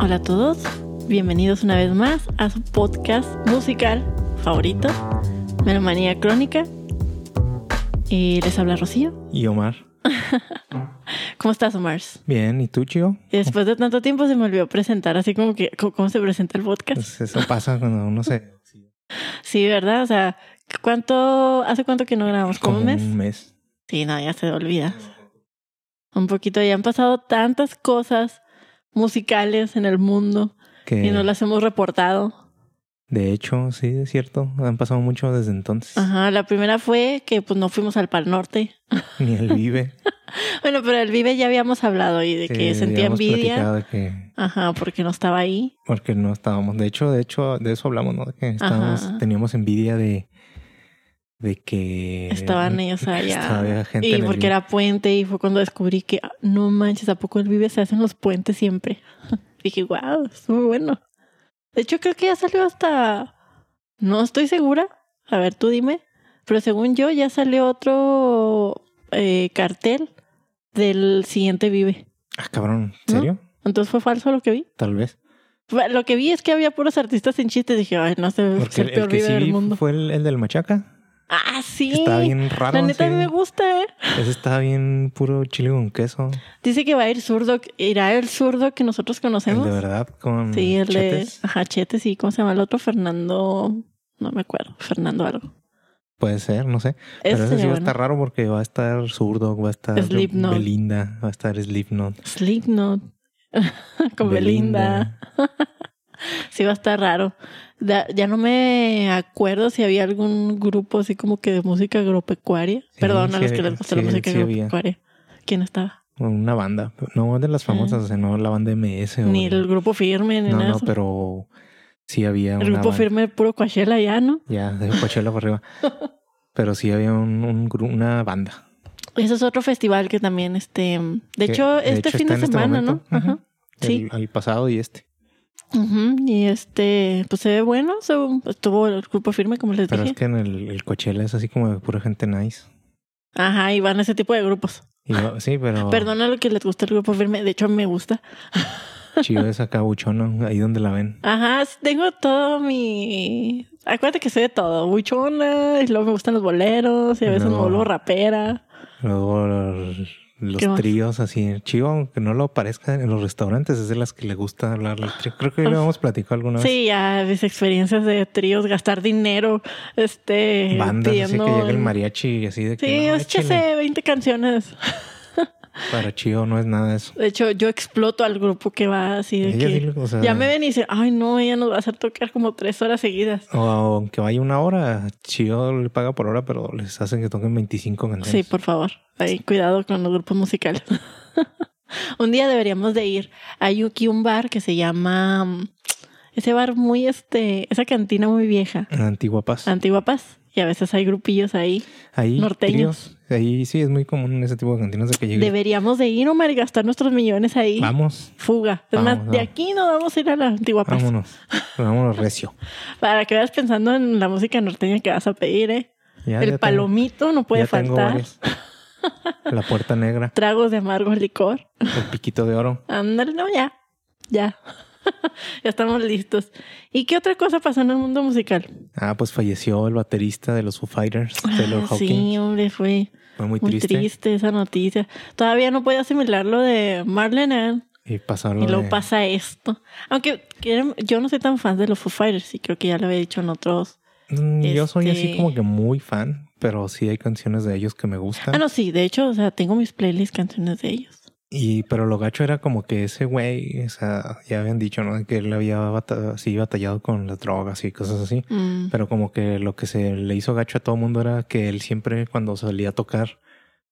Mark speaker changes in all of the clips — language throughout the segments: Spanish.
Speaker 1: Hola a todos, bienvenidos una vez más a su podcast musical favorito, Melomanía Crónica. Y les habla Rocío.
Speaker 2: Y Omar.
Speaker 1: ¿Cómo estás, Omar?
Speaker 2: Bien, ¿y tú, Chio?
Speaker 1: Después de tanto tiempo se me olvidó presentar, así como que co- cómo se presenta el podcast.
Speaker 2: Pues eso pasa cuando uno se...
Speaker 1: Sí, ¿verdad? O sea, ¿cuánto, hace cuánto que no grabamos? ¿Como un mes?
Speaker 2: Un mes.
Speaker 1: Sí, no, ya se olvida. Un poquito, ya han pasado tantas cosas musicales en el mundo
Speaker 2: Que,
Speaker 1: y no las hemos reportado.
Speaker 2: De hecho, sí, es cierto. Han pasado mucho desde entonces.
Speaker 1: Ajá, la primera fue que pues no fuimos al Pal Norte.
Speaker 2: Ni el vive. eh,
Speaker 1: Bueno, pero el Vive ya habíamos hablado y de que sentía
Speaker 2: habíamos
Speaker 1: envidia.
Speaker 2: platicado de que...
Speaker 1: Ajá, porque no estaba ahí.
Speaker 2: Porque no estábamos... De hecho, de hecho, de eso hablamos, ¿no? De que estábamos...
Speaker 1: Ajá.
Speaker 2: Teníamos envidia de... De que...
Speaker 1: Estaban ellos
Speaker 2: que
Speaker 1: allá.
Speaker 2: Eh, Estaba gente en
Speaker 1: Y
Speaker 2: el
Speaker 1: porque
Speaker 2: Vive.
Speaker 1: era puente y fue cuando descubrí que ah, no manches, ¿a poco el Vive se hacen los puentes siempre? Dije, wow, es muy bueno. De hecho, creo que ya salió hasta... No estoy segura. A ver, tú dime. Pero según yo, ya salió otro eh, cartel del siguiente Vive.
Speaker 2: Ah, cabrón. ¿En
Speaker 1: ¿No?
Speaker 2: serio?
Speaker 1: Entonces fue falso lo que vi.
Speaker 2: Tal vez.
Speaker 1: Fue- Lo que vi es que había puros artistas sin chistes. Dije, ay, no sé,
Speaker 2: Porque
Speaker 1: es el
Speaker 2: el, el
Speaker 1: peor
Speaker 2: que
Speaker 1: Vive del
Speaker 2: sí
Speaker 1: mundo.
Speaker 2: fue el, el del Machaca.
Speaker 1: Ah, sí.
Speaker 2: que Estaba bien raro.
Speaker 1: La neta a
Speaker 2: así.
Speaker 1: mí me gusta, ¿eh?
Speaker 2: Ese estaba bien puro chile con queso.
Speaker 1: Dice que va a ir zurdo, irá el zurdo que nosotros
Speaker 2: El
Speaker 1: conocemos.
Speaker 2: de verdad con
Speaker 1: sí, el
Speaker 2: chetes.
Speaker 1: de ajá, Chetes y ¿cómo se llama el otro? Fernando, no me acuerdo, Fernando algo.
Speaker 2: Puede ser, no sé.
Speaker 1: Ese
Speaker 2: Pero ese sí
Speaker 1: sería
Speaker 2: va a
Speaker 1: bueno.
Speaker 2: estar raro porque va a estar zurdo, va a estar
Speaker 1: Slipknot.
Speaker 2: Belinda, va a estar Slipknot.
Speaker 1: Slipknot con Belinda. Sí va a estar raro. Da- ya no me acuerdo si había algún grupo así como que de música agropecuaria.
Speaker 2: Sí,
Speaker 1: Perdón a
Speaker 2: sí
Speaker 1: los que
Speaker 2: había,
Speaker 1: les gusta
Speaker 2: sí,
Speaker 1: la música
Speaker 2: sí había.
Speaker 1: agropecuaria. ¿Quién estaba?
Speaker 2: Una banda, no de las famosas, o sea, no la banda MS. o
Speaker 1: Ni
Speaker 2: de-
Speaker 1: el grupo firme, ni
Speaker 2: No,
Speaker 1: nada. de
Speaker 2: no,
Speaker 1: eso.
Speaker 2: pero sí había
Speaker 1: el
Speaker 2: una
Speaker 1: grupo
Speaker 2: banda.
Speaker 1: firme puro Coachella ya, ¿no?
Speaker 2: Ya, de Coachella para arriba. Pero sí había un, un gru- una banda.
Speaker 1: Eso es otro festival que también, este, de
Speaker 2: que
Speaker 1: hecho,
Speaker 2: de
Speaker 1: este
Speaker 2: hecho
Speaker 1: fin
Speaker 2: está
Speaker 1: de
Speaker 2: en este
Speaker 1: semana,
Speaker 2: momento.
Speaker 1: ¿no? Ajá.
Speaker 2: Ajá.
Speaker 1: Sí.
Speaker 2: El, el pasado y este.
Speaker 1: Ujú, Y este, pues se ve bueno, se, estuvo el grupo firme, como les
Speaker 2: Pero
Speaker 1: dije.
Speaker 2: es que en el, el Coachella es así como de pura gente nice.
Speaker 1: Ajá, y van a ese tipo de grupos.
Speaker 2: Y va- sí, pero
Speaker 1: Perdona lo que les gusta el grupo firme, de hecho me gusta.
Speaker 2: chido es acá buchona, ahí donde la ven.
Speaker 1: Ajá, tengo todo mi... Acuérdate que sé de todo, buchona, y luego me gustan los boleros, y a veces me
Speaker 2: No.
Speaker 1: vuelvo rapera.
Speaker 2: Luego los, los
Speaker 1: ¿Qué más?
Speaker 2: tríos así, chivo, aunque no lo aparezca en los restaurantes, es de las que le gusta hablar al trío. Creo que ya lo hemos platicado alguna vez.
Speaker 1: Sí, ya mis experiencias de tríos, gastar dinero, este...
Speaker 2: Bandas, así
Speaker 1: pidiendo-
Speaker 2: que llega el mariachi y así de que.
Speaker 1: Sí,
Speaker 2: no,
Speaker 1: es que
Speaker 2: échale.
Speaker 1: sé 20 canciones.
Speaker 2: Para chivo no es nada eso.
Speaker 1: De hecho, yo exploto al grupo que va así de
Speaker 2: Ella ¿eh?
Speaker 1: que-
Speaker 2: sí lo- o sea,
Speaker 1: Ya me ven y dicen, ay no, ella nos va a hacer tocar como tres horas seguidas.
Speaker 2: o aunque vaya una hora, chivo le paga por hora, pero les hacen que toquen 25 canciones.
Speaker 1: Sí, por favor. Ahí, cuidado con los grupos musicales. un día deberíamos de ir. Hay aquí un bar que se llama... mm, Ese bar muy, este... Esa cantina muy vieja.
Speaker 2: En Antigua Paz.
Speaker 1: Antigua Paz. Y a veces hay grupillos ahí.
Speaker 2: Ahí,
Speaker 1: norteños.
Speaker 2: tríos. Ahí sí es muy común ese tipo de cantinas de que llegue.
Speaker 1: Deberíamos de ir, Omar, y gastar nuestros millones ahí.
Speaker 2: Vamos,
Speaker 1: Fuga. Es más,
Speaker 2: Vamos,
Speaker 1: de
Speaker 2: vamos.
Speaker 1: aquí no vamos a ir a la Antigua Paz.
Speaker 2: vámonos. Vámonos recio.
Speaker 1: Para que vayas pensando en la música norteña que vas a pedir, ¿eh?
Speaker 2: Ya-
Speaker 1: El
Speaker 2: ya tengo-
Speaker 1: palomito no puede
Speaker 2: ya tengo
Speaker 1: faltar.
Speaker 2: varias. La puerta negra,
Speaker 1: Tragos de amargo licor.
Speaker 2: el piquito de oro.
Speaker 1: Ándale, no, ya. Ya. ya estamos listos. ¿Y qué otra cosa pasó en el mundo musical?
Speaker 2: Ah, pues falleció el baterista de los Foo Fighters, Taylor
Speaker 1: Ah,
Speaker 2: Hawkins.
Speaker 1: sí, hombre, fue
Speaker 2: Fue muy
Speaker 1: muy
Speaker 2: triste.
Speaker 1: triste. esa noticia. Todavía no podía asimilar lo de Marlene ¿eh? Ann,
Speaker 2: Y pasaron
Speaker 1: y luego
Speaker 2: de-
Speaker 1: pasa esto. Aunque que- yo no soy tan fan de los Foo Fighters y creo que ya lo había dicho en otros.
Speaker 2: Mm, Yo soy
Speaker 1: este-
Speaker 2: así como que muy fan, pero sí hay canciones de ellos que me gustan.
Speaker 1: Ah, no, sí, de hecho, o sea, tengo mis playlists canciones de ellos.
Speaker 2: Y pero lo gacho era como que ese güey, o sea, ya habían dicho, ¿no? Que él había bata- así batallado con las drogas y cosas así.
Speaker 1: Mm.
Speaker 2: Pero como que lo que se le hizo gacho a todo el mundo era que él siempre cuando salía a tocar,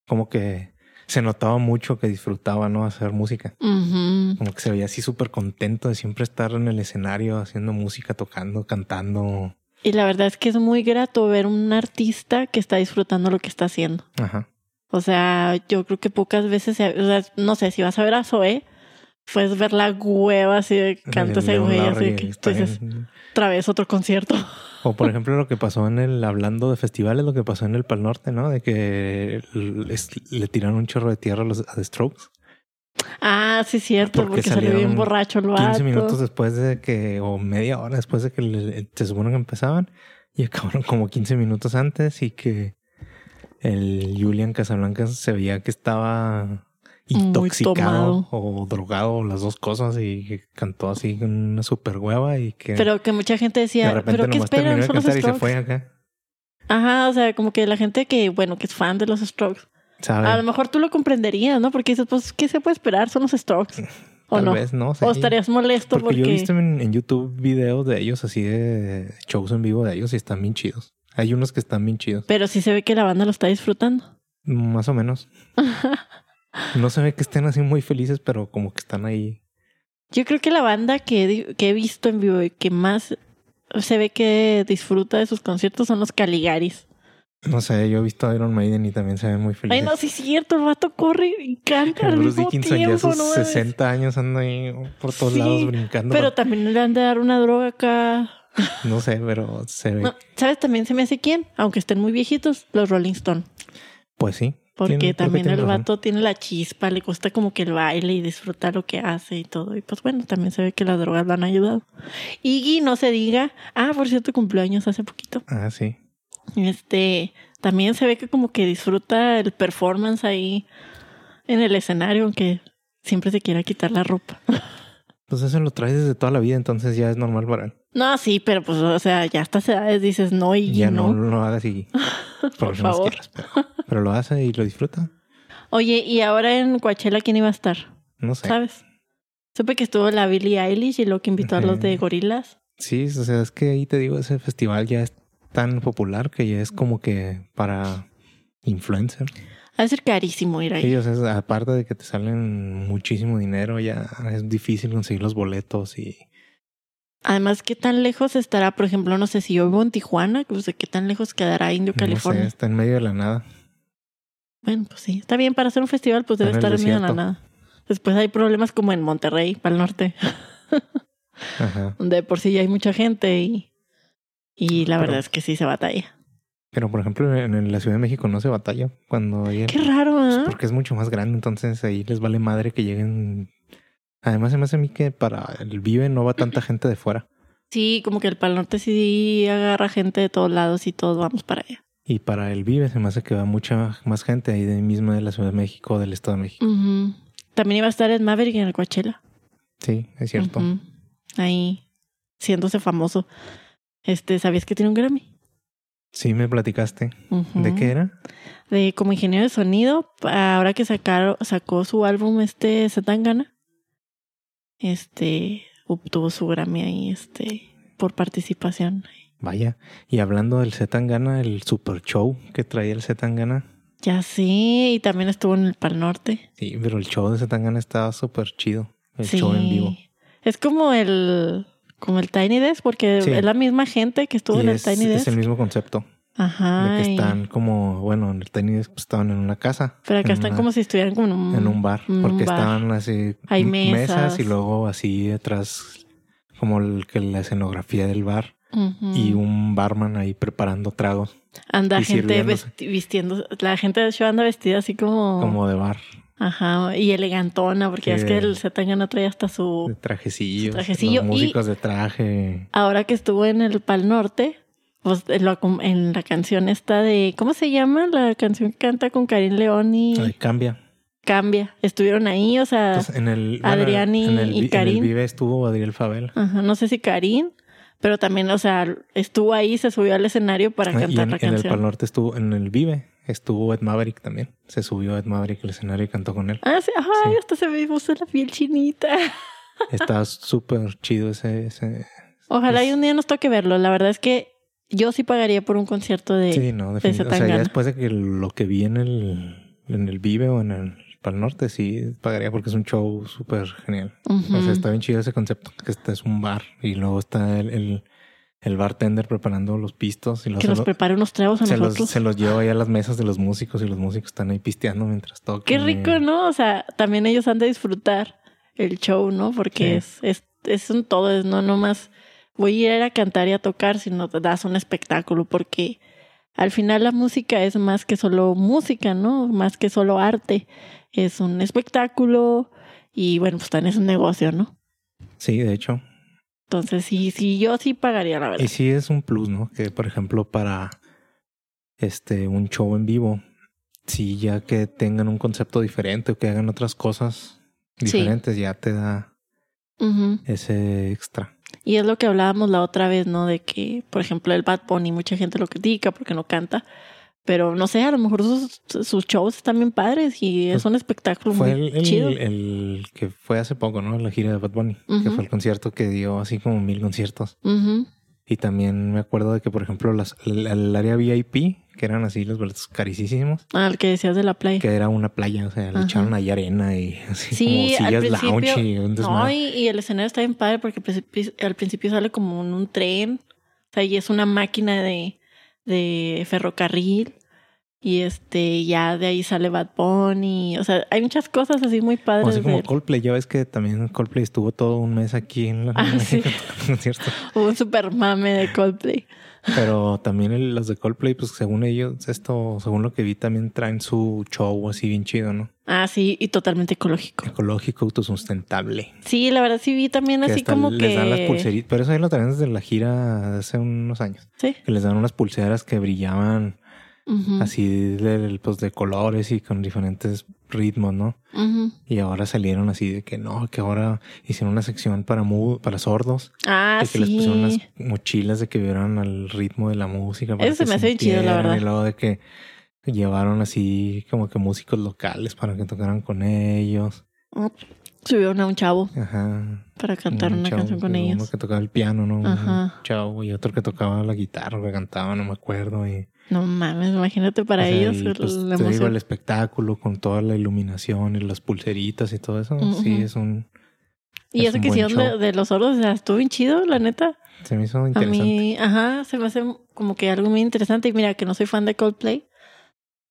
Speaker 2: como que se notaba mucho que disfrutaba, ¿no? Hacer música.
Speaker 1: Ujú.
Speaker 2: Como que se veía así súper contento de siempre estar en el escenario haciendo música, tocando, cantando.
Speaker 1: Y la verdad es que es muy grato ver un artista que está disfrutando lo que está haciendo.
Speaker 2: Ajá.
Speaker 1: O sea, yo creo que pocas veces, se- o sea, no sé, si vas a ver a Zoé, puedes ver la hueva así de que canta
Speaker 2: De
Speaker 1: ese
Speaker 2: un
Speaker 1: güey,
Speaker 2: lado
Speaker 1: así
Speaker 2: y
Speaker 1: que tú
Speaker 2: está
Speaker 1: dices,
Speaker 2: bien.
Speaker 1: otra vez otro concierto.
Speaker 2: O por ejemplo lo que pasó en el, hablando de festivales, lo que pasó en el Pal Norte, ¿no? De que les- le tiraron un chorro de tierra a los a The Strokes.
Speaker 1: Ah, sí, cierto, porque,
Speaker 2: Porque
Speaker 1: salió
Speaker 2: salieron
Speaker 1: bien borracho el vato.
Speaker 2: 15 minutos después de que, o media hora después de que le- se supone que empezaban, y acabaron como 15 minutos antes y que el Julian Casablanca se veía que estaba
Speaker 1: Muy
Speaker 2: intoxicado
Speaker 1: tomado.
Speaker 2: o drogado, o las dos cosas, y que cantó así con una super hueva y que
Speaker 1: Pero que mucha gente
Speaker 2: de
Speaker 1: decía,
Speaker 2: repente
Speaker 1: ¿pero qué
Speaker 2: nomás terminó
Speaker 1: esperan?
Speaker 2: de
Speaker 1: Son los
Speaker 2: cantar y se
Speaker 1: Strokes.
Speaker 2: fue acá.
Speaker 1: Ajá, o sea, como que la gente que, bueno, que es fan de los Strokes.
Speaker 2: ¿Sabe?
Speaker 1: A lo mejor tú lo comprenderías, ¿no? Porque dices, pues, ¿qué se puede esperar? Son los Strokes. ¿O
Speaker 2: Tal
Speaker 1: no?
Speaker 2: vez, no sé.
Speaker 1: O estarías molesto
Speaker 2: porque,
Speaker 1: porque...
Speaker 2: yo he visto en, en YouTube videos de ellos así de shows en vivo de ellos y están bien chidos. Hay unos que están bien chidos.
Speaker 1: Pero sí se ve que la banda lo está disfrutando.
Speaker 2: Más o menos. No se ve que estén así muy felices, pero como que están ahí.
Speaker 1: Yo creo que la banda que, di- que he visto en vivo y que más se ve que disfruta de sus conciertos son los Caligaris.
Speaker 2: No sé, yo he visto a Iron Maiden y también se ven muy felices.
Speaker 1: Ay, no, sí es cierto, el vato corre y canta al
Speaker 2: Bruce
Speaker 1: mismo
Speaker 2: Dickinson ya a
Speaker 1: tiempo,
Speaker 2: sus
Speaker 1: ¿no? mames.
Speaker 2: 60 años anda ahí por todos
Speaker 1: Sí,
Speaker 2: lados brincando.
Speaker 1: Pero también le han de dar una droga acá.
Speaker 2: No sé, pero se ve.
Speaker 1: No, ¿Sabes? También se me hace quién, aunque estén muy viejitos, los Rolling Stone.
Speaker 2: Pues sí.
Speaker 1: Porque
Speaker 2: tiene- creo que
Speaker 1: también
Speaker 2: tiene
Speaker 1: el
Speaker 2: razón.
Speaker 1: vato tiene la chispa, le cuesta como que el baile y disfrutar lo que hace y todo. Y pues bueno, también se ve que las drogas lo han ayudado. Iggy, no se diga. Ah, por cierto, cumpleaños hace poquito.
Speaker 2: Ah, sí.
Speaker 1: Este, también se ve que como que disfruta el performance ahí en el escenario, aunque siempre se quiera quitar la ropa.
Speaker 2: Pues eso lo traes desde toda la vida, entonces ya es normal para él.
Speaker 1: No, sí, pero pues, o sea, ya a estas edades dices no y
Speaker 2: Ya no,
Speaker 1: no.
Speaker 2: lo hagas y por lo menos
Speaker 1: favor.
Speaker 2: quieras, pero, pero lo hace y lo disfruta.
Speaker 1: Oye, y ahora en Coachella, ¿quién iba a estar?
Speaker 2: No sé.
Speaker 1: ¿Sabes? Supe que estuvo la Billie Eilish y luego que invitó a los de
Speaker 2: Ujú.
Speaker 1: Gorilas.
Speaker 2: Sí, o sea, es que ahí te digo, ese festival ya es tan popular que ya es como que para influencers.
Speaker 1: Ha de ser carísimo ir ahí.
Speaker 2: Ellos, aparte de que te salen muchísimo dinero, ya es difícil conseguir los boletos y
Speaker 1: Además, ¿qué tan lejos estará? Por ejemplo, no sé si yo vivo en Tijuana, pues de qué tan lejos quedará Indio,
Speaker 2: no sé,
Speaker 1: California.
Speaker 2: está en medio de la nada.
Speaker 1: Bueno, pues sí, está bien para hacer un festival, pues debe
Speaker 2: En el
Speaker 1: estar en medio de la
Speaker 2: desierto.
Speaker 1: nada. Después hay problemas como en Monterrey, para el norte,
Speaker 2: Ajá.
Speaker 1: donde de por sí ya hay mucha gente y, y la
Speaker 2: Ah, Pero-
Speaker 1: verdad es que sí se batalla.
Speaker 2: Pero por ejemplo, en, en la Ciudad de México no se batalla cuando hay-
Speaker 1: Qué raro,
Speaker 2: pues,
Speaker 1: ¿ah?
Speaker 2: porque es mucho más grande, entonces ahí les vale madre que lleguen. Además, se me hace a mí que para el Vive no va tanta gente de fuera.
Speaker 1: Sí, como que el Pal Norte sí agarra gente de todos lados y todos vamos para allá.
Speaker 2: Y para el Vive se me hace que va mucha más gente ahí de misma de la Ciudad de México, del Estado de México.
Speaker 1: Ujú. También iba a estar en Maverick en el Coachella.
Speaker 2: Sí, es cierto.
Speaker 1: Ujú. Ahí, siéndose famoso. Este, ¿sabías que tiene un Grammy?
Speaker 2: Sí, me platicaste.
Speaker 1: Ujú.
Speaker 2: ¿De qué era?
Speaker 1: De como ingeniero de sonido, pa- ahora que sacaron, sacó su álbum este Satangana. Este obtuvo su Grammy ahí, este, por participación.
Speaker 2: Vaya. Y hablando del Zetangana, el super show que traía el Zetangana.
Speaker 1: Ya sé, y también estuvo en el Pal Norte.
Speaker 2: Sí, pero el show de Zetangana estaba súper chido. El
Speaker 1: Sí.
Speaker 2: show en vivo.
Speaker 1: Es como el como el Tiny Desk, porque
Speaker 2: Sí.
Speaker 1: es la misma gente que estuvo
Speaker 2: Y
Speaker 1: en
Speaker 2: es,
Speaker 1: el Tiny
Speaker 2: es
Speaker 1: Desk.
Speaker 2: el mismo concepto.
Speaker 1: Ajá.
Speaker 2: De que
Speaker 1: y-
Speaker 2: están como, bueno, en el Tiny Desk pues, estaban en una casa.
Speaker 1: Pero acá
Speaker 2: en
Speaker 1: están
Speaker 2: una-
Speaker 1: como si estuvieran como en un,
Speaker 2: en un bar.
Speaker 1: en un
Speaker 2: porque
Speaker 1: bar.
Speaker 2: estaban así
Speaker 1: Hay
Speaker 2: m-
Speaker 1: mesas.
Speaker 2: y luego así detrás como el, que la escenografía del bar.
Speaker 1: Ujú.
Speaker 2: y un barman ahí preparando tragos
Speaker 1: Anda
Speaker 2: y
Speaker 1: gente
Speaker 2: sirviéndose.
Speaker 1: vesti- vistiendo, la gente de show anda vestida así como,
Speaker 2: como de bar,
Speaker 1: ajá, y elegantona, porque es
Speaker 2: Sí.
Speaker 1: que el Zetangana trae hasta
Speaker 2: de
Speaker 1: su
Speaker 2: trajecillos,
Speaker 1: Su trajecillo
Speaker 2: los músicos de traje.
Speaker 1: ahora que estuvo en el Pal Norte, pues en, lo acom- en la canción esta de ¿cómo se llama? La canción que canta con Karim León y
Speaker 2: Ahí cambia.
Speaker 1: Cambia. Estuvieron ahí, o sea,
Speaker 2: Entonces, en el bueno,
Speaker 1: Adrián y-
Speaker 2: en el,
Speaker 1: y
Speaker 2: vi- en el
Speaker 1: Karin.
Speaker 2: Vive estuvo Adriel Fabel.
Speaker 1: ajá, no sé si Karim, pero también, o sea, estuvo ahí, se subió al escenario para
Speaker 2: Ah, Y
Speaker 1: cantar
Speaker 2: en,
Speaker 1: la
Speaker 2: en el
Speaker 1: canción.
Speaker 2: Pal Norte estuvo en el Vive estuvo Ed Maverick también. Se subió Ed Maverick al escenario y cantó con él.
Speaker 1: Ah, sí, ay,
Speaker 2: Sí.
Speaker 1: hasta se me puso la piel chinita.
Speaker 2: Está súper chido ese, ese-
Speaker 1: Ojalá
Speaker 2: Es-
Speaker 1: y un día nos toque verlo. La verdad es que yo sí pagaría por un concierto de.
Speaker 2: Sí, no,
Speaker 1: ese
Speaker 2: definitivamente. O sea,
Speaker 1: Tangana.
Speaker 2: ya después de que lo que vi en el en el Vive o en el Pal Norte sí pagaría porque es un show súper genial.
Speaker 1: Ujú.
Speaker 2: O sea, está bien chido ese concepto, que este es un bar y luego está el, el, el bartender preparando los pistos y los,
Speaker 1: que nos prepare unos tragos a
Speaker 2: se, los,
Speaker 1: nosotros.
Speaker 2: se los lleva ahí a las mesas de los músicos y los músicos están ahí pisteando mientras tocan.
Speaker 1: Qué rico, ¿no? O sea, también ellos han de disfrutar el show, ¿no? Porque es, es, es un todo, es no nomás voy a ir a cantar y a tocar, sino te das un espectáculo, porque al final la música es más que solo música, ¿no? Más que solo arte. Es un espectáculo, Y bueno, pues también es un negocio, ¿no?
Speaker 2: Sí, de hecho.
Speaker 1: Entonces, sí, sí, yo sí pagaría, la verdad.
Speaker 2: Y sí es un plus, ¿no? Que por ejemplo para este un show en vivo, si ya que tengan un concepto diferente o que hagan otras cosas
Speaker 1: Sí.
Speaker 2: diferentes, ya te da
Speaker 1: Ujú.
Speaker 2: ese extra.
Speaker 1: Y es lo que hablábamos la otra vez, ¿no? De que, por ejemplo, el Bad Bunny, mucha gente lo critica porque no canta. Pero no sé, a lo mejor sus, sus shows están bien padres y es
Speaker 2: Pues,
Speaker 1: un espectáculo
Speaker 2: Fue
Speaker 1: muy
Speaker 2: el, el-
Speaker 1: chido.
Speaker 2: el que fue hace poco, ¿no? La gira de Bad Bunny, que
Speaker 1: Ujú.
Speaker 2: fue el concierto que dio así como mil conciertos.
Speaker 1: Ujú.
Speaker 2: Y también me acuerdo de que, por ejemplo, las, el, el área VIP, que eran así los boletos carísimos,
Speaker 1: Ah, el que decías de la playa.
Speaker 2: que era una playa, o sea, le
Speaker 1: Ajá.
Speaker 2: echaron ahí arena y así
Speaker 1: Sí,
Speaker 2: como
Speaker 1: al
Speaker 2: sillas lounge
Speaker 1: principio-
Speaker 2: y un
Speaker 1: No,
Speaker 2: desmadre.
Speaker 1: y, y el escenario está bien padre porque principi- al principio sale como en un tren. O sea, y es una máquina de, de ferrocarril. Y este, ya de ahí sale Bad Bunny. O sea, hay muchas cosas así muy
Speaker 2: O
Speaker 1: padres.
Speaker 2: así como
Speaker 1: de-
Speaker 2: Coldplay, ya ves que también Coldplay estuvo todo un mes aquí en la
Speaker 1: Ah,
Speaker 2: en
Speaker 1: sí.
Speaker 2: México tocando conciertos.
Speaker 1: Hubo un super mame de Coldplay.
Speaker 2: Pero también el- los de Coldplay, pues según ellos, esto, según lo que vi, también traen su show así bien chido, ¿no?
Speaker 1: Ah, sí, y totalmente ecológico.
Speaker 2: Ecológico, autosustentable.
Speaker 1: Sí, la verdad sí vi también
Speaker 2: Que
Speaker 1: así
Speaker 2: hasta
Speaker 1: como
Speaker 2: les
Speaker 1: que.
Speaker 2: dan las pulseritas. Pero eso ahí lo traen desde la gira de hace unos años.
Speaker 1: Sí.
Speaker 2: Que les dan unas pulseras que brillaban
Speaker 1: Ujú,
Speaker 2: así de, pues, de colores y con diferentes ritmos, ¿no?
Speaker 1: ujú.
Speaker 2: Y ahora salieron así de que no, que ahora hicieron una sección para mu- para sordos.
Speaker 1: Ah,
Speaker 2: de que les pusieron unas
Speaker 1: sí.
Speaker 2: mochilas de que vieron al ritmo de la música. para
Speaker 1: Eso se
Speaker 2: que
Speaker 1: me hace bien chido, la
Speaker 2: sintieran,
Speaker 1: verdad.
Speaker 2: Y luego de que llevaron así como que músicos locales para que tocaran con ellos.
Speaker 1: Subieron a un chavo
Speaker 2: Ajá.
Speaker 1: para cantar
Speaker 2: Un
Speaker 1: una
Speaker 2: chavo,
Speaker 1: canción con
Speaker 2: uno
Speaker 1: ellos.
Speaker 2: que tocaba el piano, ¿no? Un
Speaker 1: Ajá.
Speaker 2: chavo y otro que tocaba la guitarra, que cantaba, no me acuerdo. Y,
Speaker 1: No mames, imagínate para
Speaker 2: o sea,
Speaker 1: ellos.
Speaker 2: y, pues,
Speaker 1: la
Speaker 2: te digo,
Speaker 1: emoción.
Speaker 2: el espectáculo con toda la iluminación y las pulseritas y todo eso.
Speaker 1: Ujú.
Speaker 2: Sí, es un...
Speaker 1: y
Speaker 2: es
Speaker 1: eso
Speaker 2: un
Speaker 1: que
Speaker 2: buen
Speaker 1: hicieron de,
Speaker 2: show.
Speaker 1: de los oros, o sea, estuvo bien chido, la neta.
Speaker 2: Se me hizo
Speaker 1: A
Speaker 2: interesante.
Speaker 1: mí, ajá, se me hace como que algo muy interesante. Y mira, que no soy fan de Coldplay,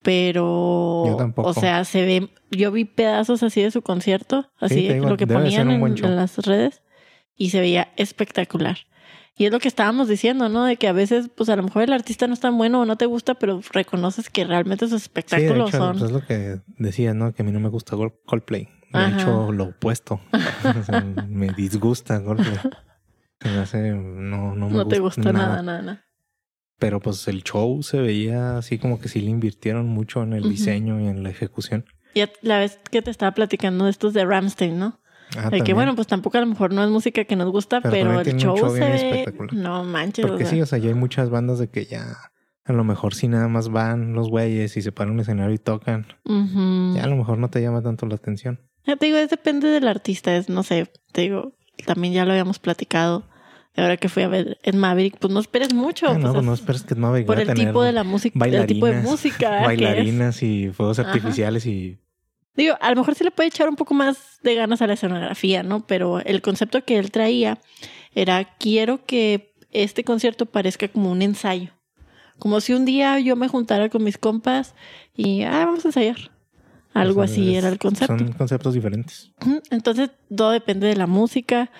Speaker 1: pero.
Speaker 2: Yo tampoco.
Speaker 1: O sea, se ve. Yo vi pedazos así de su concierto, así
Speaker 2: te digo,
Speaker 1: lo que
Speaker 2: debe de ser
Speaker 1: ponían
Speaker 2: un
Speaker 1: en,
Speaker 2: buen show.
Speaker 1: en las redes, y se veía espectacular. Y es lo que estábamos diciendo, ¿no? De que a veces, pues a lo mejor el artista no es tan bueno o no te gusta, pero reconoces que realmente sus
Speaker 2: Sí, de
Speaker 1: espectáculos
Speaker 2: hecho,
Speaker 1: son.
Speaker 2: pues, es lo que decía, ¿no? Que a mí no me gusta Gol- Coldplay. De
Speaker 1: Ajá.
Speaker 2: hecho, lo opuesto. O sea, me disgusta Coldplay. Se me hace- no, no me
Speaker 1: no te gusta nada,
Speaker 2: nada.
Speaker 1: nada, nada.
Speaker 2: Pero pues el show se veía así como que sí le invirtieron mucho en el
Speaker 1: Ujú.
Speaker 2: diseño y en la ejecución.
Speaker 1: Ya la vez que te estaba platicando de estos de Ramstein, ¿no? de
Speaker 2: Ah,
Speaker 1: que
Speaker 2: también.
Speaker 1: bueno, pues tampoco a lo mejor no es música que nos gusta,
Speaker 2: Pero
Speaker 1: pero, el
Speaker 2: también tiene
Speaker 1: show,
Speaker 2: un show
Speaker 1: se
Speaker 2: bien
Speaker 1: ve.
Speaker 2: espectacular.
Speaker 1: No manches.
Speaker 2: Porque
Speaker 1: o sea,
Speaker 2: sí, o sea, ya hay muchas bandas de que ya a lo mejor si nada más van los güeyes y se paran un escenario y tocan,
Speaker 1: ujú.
Speaker 2: ya a lo mejor no te llama tanto la atención.
Speaker 1: Ya te digo, es depende del artista, es no sé, te digo, también ya lo habíamos platicado. de Ahora que fui a ver en Maverick, pues no esperes mucho.
Speaker 2: Ah,
Speaker 1: pues,
Speaker 2: no, pues
Speaker 1: es
Speaker 2: no esperes que no
Speaker 1: por el tipo de la música, el tipo de
Speaker 2: bailarinas,
Speaker 1: música. que es.
Speaker 2: bailarinas y fuegos
Speaker 1: Ajá.
Speaker 2: artificiales y
Speaker 1: Digo, a lo mejor se le puede echar un poco más de ganas a la escenografía, ¿no? Pero el concepto que él traía era quiero que este concierto parezca como un ensayo. Como si un día yo me juntara con mis compas y, ah, vamos a ensayar. Algo
Speaker 2: o sea,
Speaker 1: así
Speaker 2: es-
Speaker 1: era el concepto.
Speaker 2: Son conceptos diferentes.
Speaker 1: Ujú, Entonces, todo depende de la música.